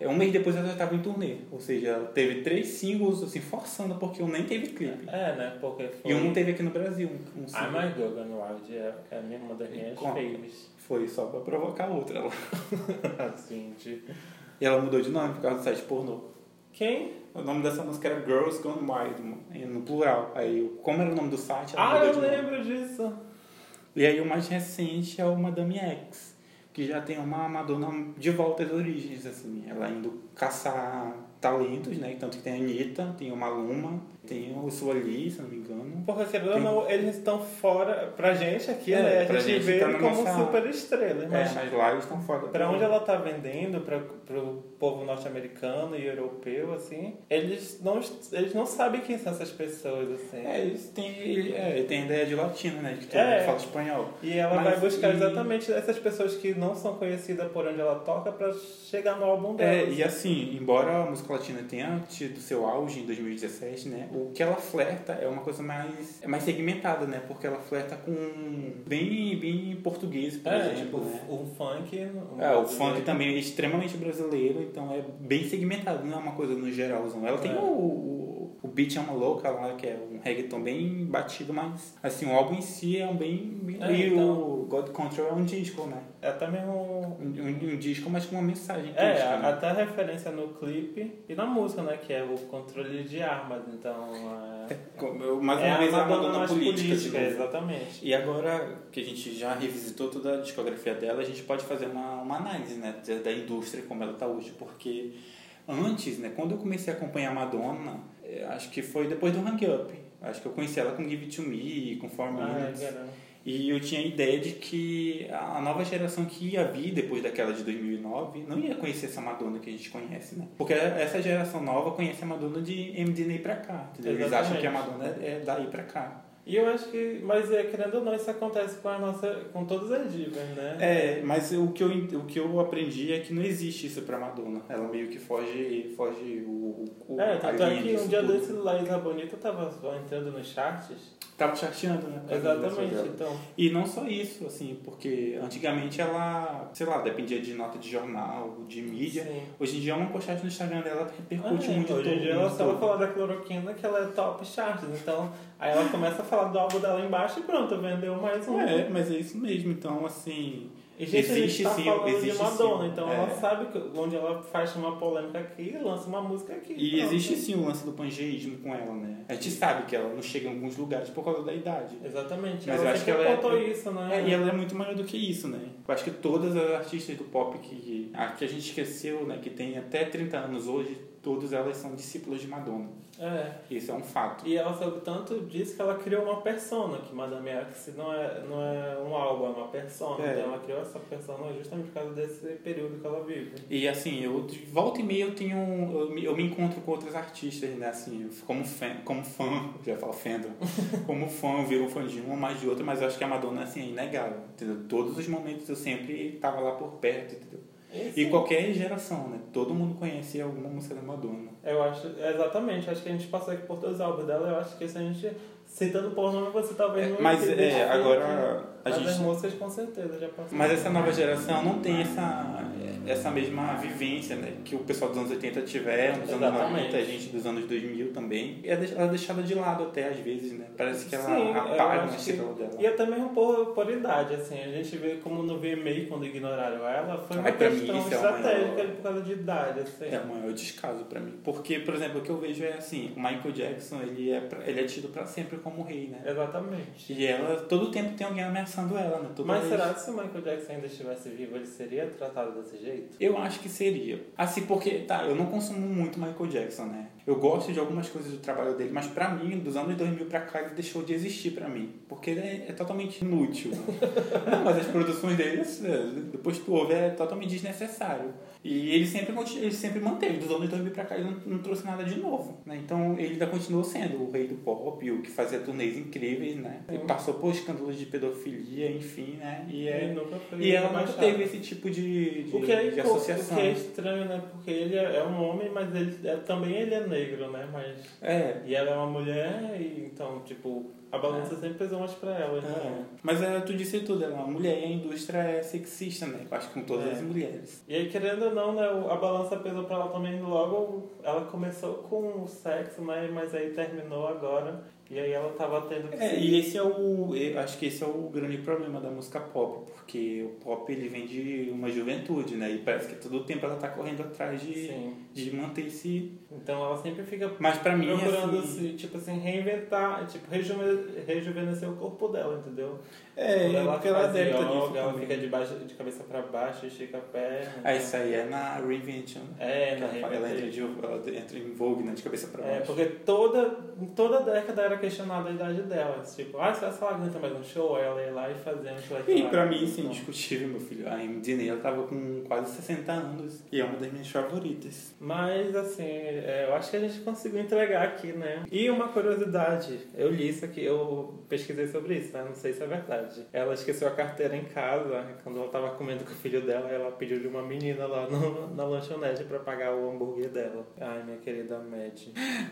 [SPEAKER 1] É, Um mês depois ela já estava em turnê. Ou seja, ela teve três singles, assim, forçando, porque um nem teve clipe.
[SPEAKER 2] É, né, porque foi...
[SPEAKER 1] E um teve aqui no Brasil, um, um
[SPEAKER 2] I'm
[SPEAKER 1] single.
[SPEAKER 2] a Go Gone Wild é, é uma das minhas
[SPEAKER 1] Conta.
[SPEAKER 2] faves.
[SPEAKER 1] Foi só pra provocar outra lá.
[SPEAKER 2] assim, de...
[SPEAKER 1] E ela mudou de nome por causa do site pornô.
[SPEAKER 2] Quem?
[SPEAKER 1] O nome dessa música era Girls Gone Wild, mano, no plural. Aí, como era o nome do site? ela
[SPEAKER 2] Ah,
[SPEAKER 1] mudou
[SPEAKER 2] eu
[SPEAKER 1] de nome.
[SPEAKER 2] lembro disso.
[SPEAKER 1] E aí, o mais recente é o Madame X, que já tem uma Madonna de volta às origens, assim. Ela indo caçar talentos, né? Tanto que tem a Anitta, tem o Maluma, tem o Sueli, se não me engano.
[SPEAKER 2] Porque querendo ou
[SPEAKER 1] Tem-
[SPEAKER 2] não, eles estão fora, pra gente aqui,
[SPEAKER 1] É,
[SPEAKER 2] né? A
[SPEAKER 1] pra
[SPEAKER 2] gente,
[SPEAKER 1] gente
[SPEAKER 2] vê
[SPEAKER 1] tá
[SPEAKER 2] ele
[SPEAKER 1] na
[SPEAKER 2] como
[SPEAKER 1] nossa-
[SPEAKER 2] super estrela,
[SPEAKER 1] É,
[SPEAKER 2] mas
[SPEAKER 1] mas lá eles estão fora.
[SPEAKER 2] pra onde ela tá vendendo, pra, pro povo norte-americano e europeu, assim, eles não, eles não sabem quem são essas pessoas, assim.
[SPEAKER 1] É, eles têm, é, tem a ideia de latino, né? De que todo
[SPEAKER 2] É.
[SPEAKER 1] mundo fala espanhol.
[SPEAKER 2] E ela
[SPEAKER 1] Mas
[SPEAKER 2] vai buscar
[SPEAKER 1] e-
[SPEAKER 2] exatamente essas pessoas que não são conhecidas por onde ela toca pra chegar no álbum dela.
[SPEAKER 1] É, e assim, embora a música latina tenha tido seu auge em 2017, né? o que ela flerta é uma coisa mais, é mais segmentada, né? Porque ela flerta com bem, bem português, por
[SPEAKER 2] É,
[SPEAKER 1] exemplo.
[SPEAKER 2] tipo,
[SPEAKER 1] né?
[SPEAKER 2] o funk. um
[SPEAKER 1] É, o
[SPEAKER 2] brasileiro.
[SPEAKER 1] funk também é extremamente brasileiro, então é bem segmentado, não é uma coisa no geralzão. Ela tem
[SPEAKER 2] É.
[SPEAKER 1] o, o, o Beat é uma louca lá, que é um reggaeton bem batido, mas assim, o álbum em si é um bem. bem-
[SPEAKER 2] É,
[SPEAKER 1] e
[SPEAKER 2] então.
[SPEAKER 1] o God Control é um disco, né?
[SPEAKER 2] É até mesmo.
[SPEAKER 1] Um, um- um disco, mas com uma mensagem
[SPEAKER 2] É,
[SPEAKER 1] crítica, né?
[SPEAKER 2] até referência no clipe e na música, né? Que é o controle de armas. Então. É,
[SPEAKER 1] Como- Mais uma
[SPEAKER 2] é
[SPEAKER 1] vez
[SPEAKER 2] a
[SPEAKER 1] ela
[SPEAKER 2] Madonna
[SPEAKER 1] mandou na
[SPEAKER 2] mais
[SPEAKER 1] política. né?
[SPEAKER 2] política, é,
[SPEAKER 1] de novo.
[SPEAKER 2] exatamente.
[SPEAKER 1] E agora que a gente já revisitou toda a discografia dela, a gente pode fazer uma, uma análise né, da- da indústria como ela está hoje, porque antes, né, quando eu comecei a acompanhar a Madonna, eh, acho que foi depois do Hang Up. Acho que eu conheci ela com Give It To Me, com Four
[SPEAKER 2] Ah, é,
[SPEAKER 1] Minutes.
[SPEAKER 2] caramba.
[SPEAKER 1] E eu tinha a ideia de que a nova geração que ia vir depois daquela de 2009 não ia conhecer essa Madonna que a gente conhece, né? Porque essa geração nova conhece a Madonna de MDNA pra cá, entendeu? Eles
[SPEAKER 2] Exatamente.
[SPEAKER 1] acham que a Madonna é daí pra cá.
[SPEAKER 2] E eu acho que, mas é, querendo ou não, isso acontece com, a nossa, com todas as divas, né?
[SPEAKER 1] É, mas o que, eu, ent- o que eu aprendi é que não existe isso pra Madonna. Ela meio que foge, foge o, o
[SPEAKER 2] É, tanto é que
[SPEAKER 1] disso
[SPEAKER 2] um dia
[SPEAKER 1] tudo.
[SPEAKER 2] desse Laísa Bonita tava só entrando nos charts.
[SPEAKER 1] Tava chateando, né? pra
[SPEAKER 2] Exatamente,
[SPEAKER 1] dela.
[SPEAKER 2] então.
[SPEAKER 1] E não só isso, assim, porque antigamente ela, sei lá, dependia de nota de jornal, de mídia.
[SPEAKER 2] Sim.
[SPEAKER 1] Hoje em dia uma postagem no Instagram dela repercute
[SPEAKER 2] Ah, é,
[SPEAKER 1] muito.
[SPEAKER 2] hoje em dia ela só vai falar da cloroquina, que ela é top charts, então aí ela começa a falar do álbum dela embaixo e pronto, vendeu mais um.
[SPEAKER 1] É, mas é isso mesmo. Então, assim,
[SPEAKER 2] E gente, a
[SPEAKER 1] Existe
[SPEAKER 2] gente tá
[SPEAKER 1] sim,
[SPEAKER 2] falando de
[SPEAKER 1] existe
[SPEAKER 2] Madonna,
[SPEAKER 1] sim.
[SPEAKER 2] então
[SPEAKER 1] É.
[SPEAKER 2] ela sabe que- onde ela faz uma polêmica aqui e lança uma música aqui.
[SPEAKER 1] E
[SPEAKER 2] pronto.
[SPEAKER 1] existe sim o lance do pangeísmo com ela, né? A gente sabe que ela não chega em alguns lugares por causa da idade.
[SPEAKER 2] Exatamente,
[SPEAKER 1] Mas
[SPEAKER 2] ela
[SPEAKER 1] eu acho
[SPEAKER 2] sempre
[SPEAKER 1] que ela é-
[SPEAKER 2] contou isso, né?
[SPEAKER 1] É, e ela é muito maior do que isso, né? Eu acho que todas as artistas do pop que, a, que a gente esqueceu, né? Que tem até 30 anos hoje, todas elas são discípulas de Madonna.
[SPEAKER 2] é.
[SPEAKER 1] Isso é um fato.
[SPEAKER 2] E ela soube tanto disso que ela criou uma persona, que Madame X não é, não é um álbum, é uma persona.
[SPEAKER 1] É.
[SPEAKER 2] Então ela criou essa persona justamente por causa desse período que ela vive.
[SPEAKER 1] E assim, eu de volta e meia eu tenho. um, Eu me, eu me encontro com outras artistas, né? Assim, como fã, como fã, eu já falo fandom, como fã, eu viro um fã de uma mais de outra, mas eu acho que a Madonna assim, é inegável. Entendeu? Todos os momentos eu sempre tava lá por perto, entendeu? E
[SPEAKER 2] Sim,
[SPEAKER 1] qualquer geração, né? Todo mundo conhece alguma música da Madonna.
[SPEAKER 2] Eu acho, exatamente, acho que a gente passou aqui por todos os álbuns dela, eu acho que se a gente, citando por nome, você talvez não...
[SPEAKER 1] É, mas
[SPEAKER 2] se identifique.
[SPEAKER 1] é, agora a
[SPEAKER 2] Mas as
[SPEAKER 1] gente.
[SPEAKER 2] músicas com certeza já passaram.
[SPEAKER 1] Mas essa nova geração não tem essa, essa mesma vivência né, que o pessoal dos anos 80 tiveram, dos anos
[SPEAKER 2] Exatamente.
[SPEAKER 1] 90, a gente dos anos 2000 também. E é deix- ela é deixada de lado até às vezes, né? Parece que ela
[SPEAKER 2] Sim, eu
[SPEAKER 1] apaga na
[SPEAKER 2] acho que-
[SPEAKER 1] estrela
[SPEAKER 2] E
[SPEAKER 1] dela.
[SPEAKER 2] até mesmo por, por idade, assim, a gente vê como no VMA, quando ignoraram ela, foi uma
[SPEAKER 1] Ai, pra mim,
[SPEAKER 2] questão
[SPEAKER 1] isso é uma-
[SPEAKER 2] estratégica por causa de idade, assim.
[SPEAKER 1] É o maior descaso pra mim. Porque, por exemplo, o que eu vejo é assim: o Michael Jackson ele é, pra- ele é tido pra sempre como rei, né?
[SPEAKER 2] Exatamente.
[SPEAKER 1] E ela, todo tempo tem alguém ameaçando ela, né? Toda
[SPEAKER 2] Mas
[SPEAKER 1] vez.
[SPEAKER 2] será que se o Michael Jackson ainda estivesse vivo, ele seria tratado desse jeito?
[SPEAKER 1] Eu acho que seria. Assim, porque, tá, eu não consumo muito Michael Jackson, né? Eu gosto de algumas coisas do trabalho dele, mas pra mim, dos anos 2000 pra cá, ele deixou de existir pra mim. Porque ele é, é totalmente inútil. não, mas as produções dele, é, depois que tu ouve, é totalmente desnecessário. E ele sempre, conti- ele sempre manteve. Dos anos 2000 pra cá, ele não, não trouxe nada de novo, né? Então, ele ainda continuou sendo o rei do pop, o que fazia turnês incríveis, né? E passou por escândalos de pedofilia, enfim, né? E, é-
[SPEAKER 2] Ele nunca foi
[SPEAKER 1] e ela nunca
[SPEAKER 2] rebaixado.
[SPEAKER 1] teve esse tipo de, de,
[SPEAKER 2] o que, é,
[SPEAKER 1] de
[SPEAKER 2] o-
[SPEAKER 1] associação.
[SPEAKER 2] o que é estranho, né? Porque ele é é um homem, mas ele é- também ele é negro, né? Mas,
[SPEAKER 1] É.
[SPEAKER 2] e ela é uma mulher, e então, tipo, a balança sempre pesou mais pra ela.
[SPEAKER 1] É.
[SPEAKER 2] Né?
[SPEAKER 1] Mas é, tu disse tudo, ela é uma mulher e a indústria é sexista, né? Eu acho que com todas
[SPEAKER 2] É.
[SPEAKER 1] as mulheres.
[SPEAKER 2] E aí, querendo ou não, né? o- A balança pesou pra ela também logo. Ela começou com o sexo, né? Mas aí terminou agora. E aí ela tava tendo que
[SPEAKER 1] É,
[SPEAKER 2] se-
[SPEAKER 1] e esse é o. eu acho que esse é o grande problema da música pop, porque o pop ele vem de uma juventude, né? E parece que todo tempo ela tá correndo atrás de,
[SPEAKER 2] Sim.
[SPEAKER 1] de manter esse.
[SPEAKER 2] Então ela sempre fica
[SPEAKER 1] Mas pra mim,
[SPEAKER 2] procurando
[SPEAKER 1] assim.
[SPEAKER 2] se, tipo assim, reinventar, tipo, rejuve- rejuvenescer o corpo dela, entendeu?
[SPEAKER 1] É,
[SPEAKER 2] Quando
[SPEAKER 1] é porque ela é
[SPEAKER 2] faz
[SPEAKER 1] adepta
[SPEAKER 2] yoga,
[SPEAKER 1] disso.
[SPEAKER 2] Ela
[SPEAKER 1] também.
[SPEAKER 2] fica de, baixo, de cabeça pra baixo, estica a perna.
[SPEAKER 1] Ah, isso aí é na Reinvention.
[SPEAKER 2] É,
[SPEAKER 1] Ela,
[SPEAKER 2] na
[SPEAKER 1] ela, entra
[SPEAKER 2] reinvenção.
[SPEAKER 1] de, ela entra em Vogue, né? De cabeça pra
[SPEAKER 2] É,
[SPEAKER 1] baixo.
[SPEAKER 2] porque toda, em toda década era questionado a idade dela. Tipo, ah, será que ela aguenta mais um show? Aí ela ia lá e fazia um show
[SPEAKER 1] E pra mim, sim, indiscutível, meu filho. A Disney, ela tava com quase 60 anos e é uma das minhas favoritas.
[SPEAKER 2] Mas assim, é, eu acho que a gente conseguiu entregar aqui, né? E uma curiosidade, eu li isso aqui, eu pesquisei sobre isso, né? Não sei se é verdade. Ela esqueceu a carteira em casa, quando ela tava comendo com o filho dela, ela pediu de uma menina lá no- na lanchonete pra pagar o hambúrguer dela. Ai, minha querida Mad.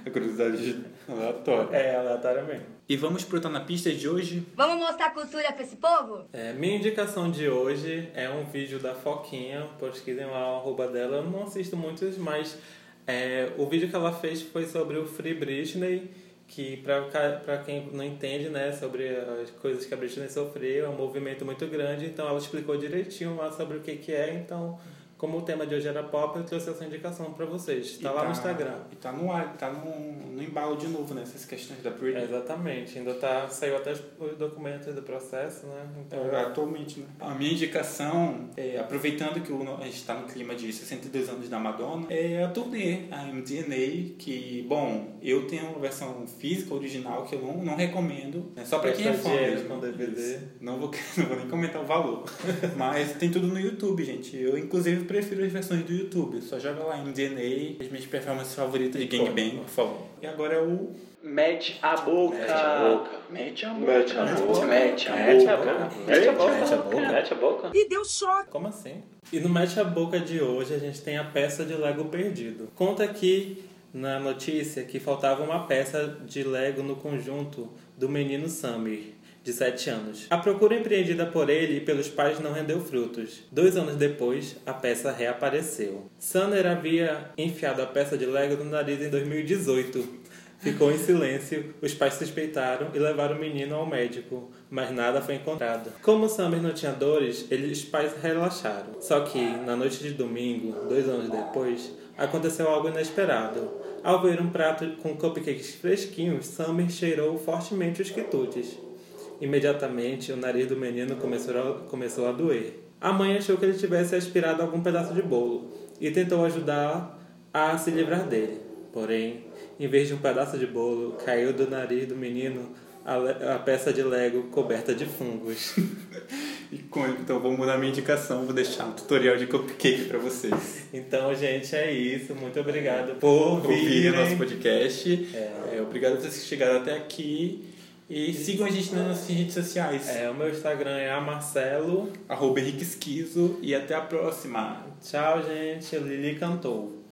[SPEAKER 1] A curiosidade aleatória.
[SPEAKER 2] É, aleatoriamente.
[SPEAKER 1] E vamos pro Tá na Pista de hoje?
[SPEAKER 3] Vamos mostrar cultura pra esse povo?
[SPEAKER 2] É, minha indicação de hoje é um vídeo da Foquinha, pesquisem lá o arroba dela, eu não assisto muitos, mas é, o vídeo que ela fez foi sobre o Free Britney, que pra, ca- pra quem não entende, né, sobre as coisas que a Britney sofreu, é um movimento muito grande, então ela explicou direitinho lá sobre o que que é, então como o tema de hoje era pop, eu trouxe essa indicação pra vocês, tá
[SPEAKER 1] E
[SPEAKER 2] lá no Instagram.
[SPEAKER 1] E tá no ar, tá no, no embalo de novo nessas questões da Britney.
[SPEAKER 2] Exatamente, ainda tá, saiu até os os documentos do processo, né, então...
[SPEAKER 1] É, Atualmente, né? A minha indicação, é, aproveitando que o- a gente está no clima de 62 anos da Madonna, é a turnê, a MDNA, que, bom, eu tenho uma versão física original que eu não, não recomendo, né? só para quem é
[SPEAKER 2] Gastar
[SPEAKER 1] fã
[SPEAKER 2] dinheiro
[SPEAKER 1] mesmo.
[SPEAKER 2] com DVD.
[SPEAKER 1] Isso. Não vou, não vou nem comentar o valor, mas tem tudo no YouTube, gente. Eu, inclusive, prefiro as versões do YouTube. Só joga lá MDNA, as minhas performances favoritas de Gangbang,
[SPEAKER 2] né?
[SPEAKER 1] por favor. E agora é o
[SPEAKER 4] Mete a boca.
[SPEAKER 1] Mete a Mete a boca.
[SPEAKER 4] Mete a boca.
[SPEAKER 1] Mete a
[SPEAKER 4] Mete a
[SPEAKER 1] boca.
[SPEAKER 4] boca. Mete a boca. Mete a boca. Mete a boca.
[SPEAKER 3] E deu choque.
[SPEAKER 2] Como assim? E no Mete a Boca de hoje a gente tem a peça de Lego perdido. Conta aqui na notícia que faltava uma peça de Lego no conjunto do menino Samir. De 7 anos. A procura empreendida por ele e pelos pais não rendeu frutos. Dois anos depois, a peça reapareceu. Sanner havia enfiado a peça de Lego no nariz em 2018. Ficou em silêncio, os pais suspeitaram e levaram o menino ao médico, mas nada foi encontrado. Como o Summer não tinha dores, eles, os pais relaxaram. Só que, na noite de domingo, dois anos depois, aconteceu algo inesperado. Ao ver um prato com cupcakes fresquinhos, Summer cheirou fortemente os quitutes. Imediatamente, o nariz do menino começou a, começou a doer. A mãe achou que ele tivesse aspirado algum pedaço de bolo e tentou ajudá-la a se livrar dele. Porém, em vez de um pedaço de bolo, caiu do nariz do menino a, le- a peça de Lego coberta de fungos.
[SPEAKER 1] Icônico, então vou mudar minha indicação, vou deixar um tutorial de cupcake pra vocês.
[SPEAKER 2] Então, gente, é isso. Muito obrigado por
[SPEAKER 1] Ouvir
[SPEAKER 2] vir.
[SPEAKER 1] o nosso podcast. É, obrigado a vocês que chegaram até aqui. E sigam a gente nas nossas redes sociais.
[SPEAKER 2] É, o meu Instagram é amarcelo.
[SPEAKER 1] Arroba Henrique Esquizo e até a próxima.
[SPEAKER 2] Tchau, gente. Lili cantou.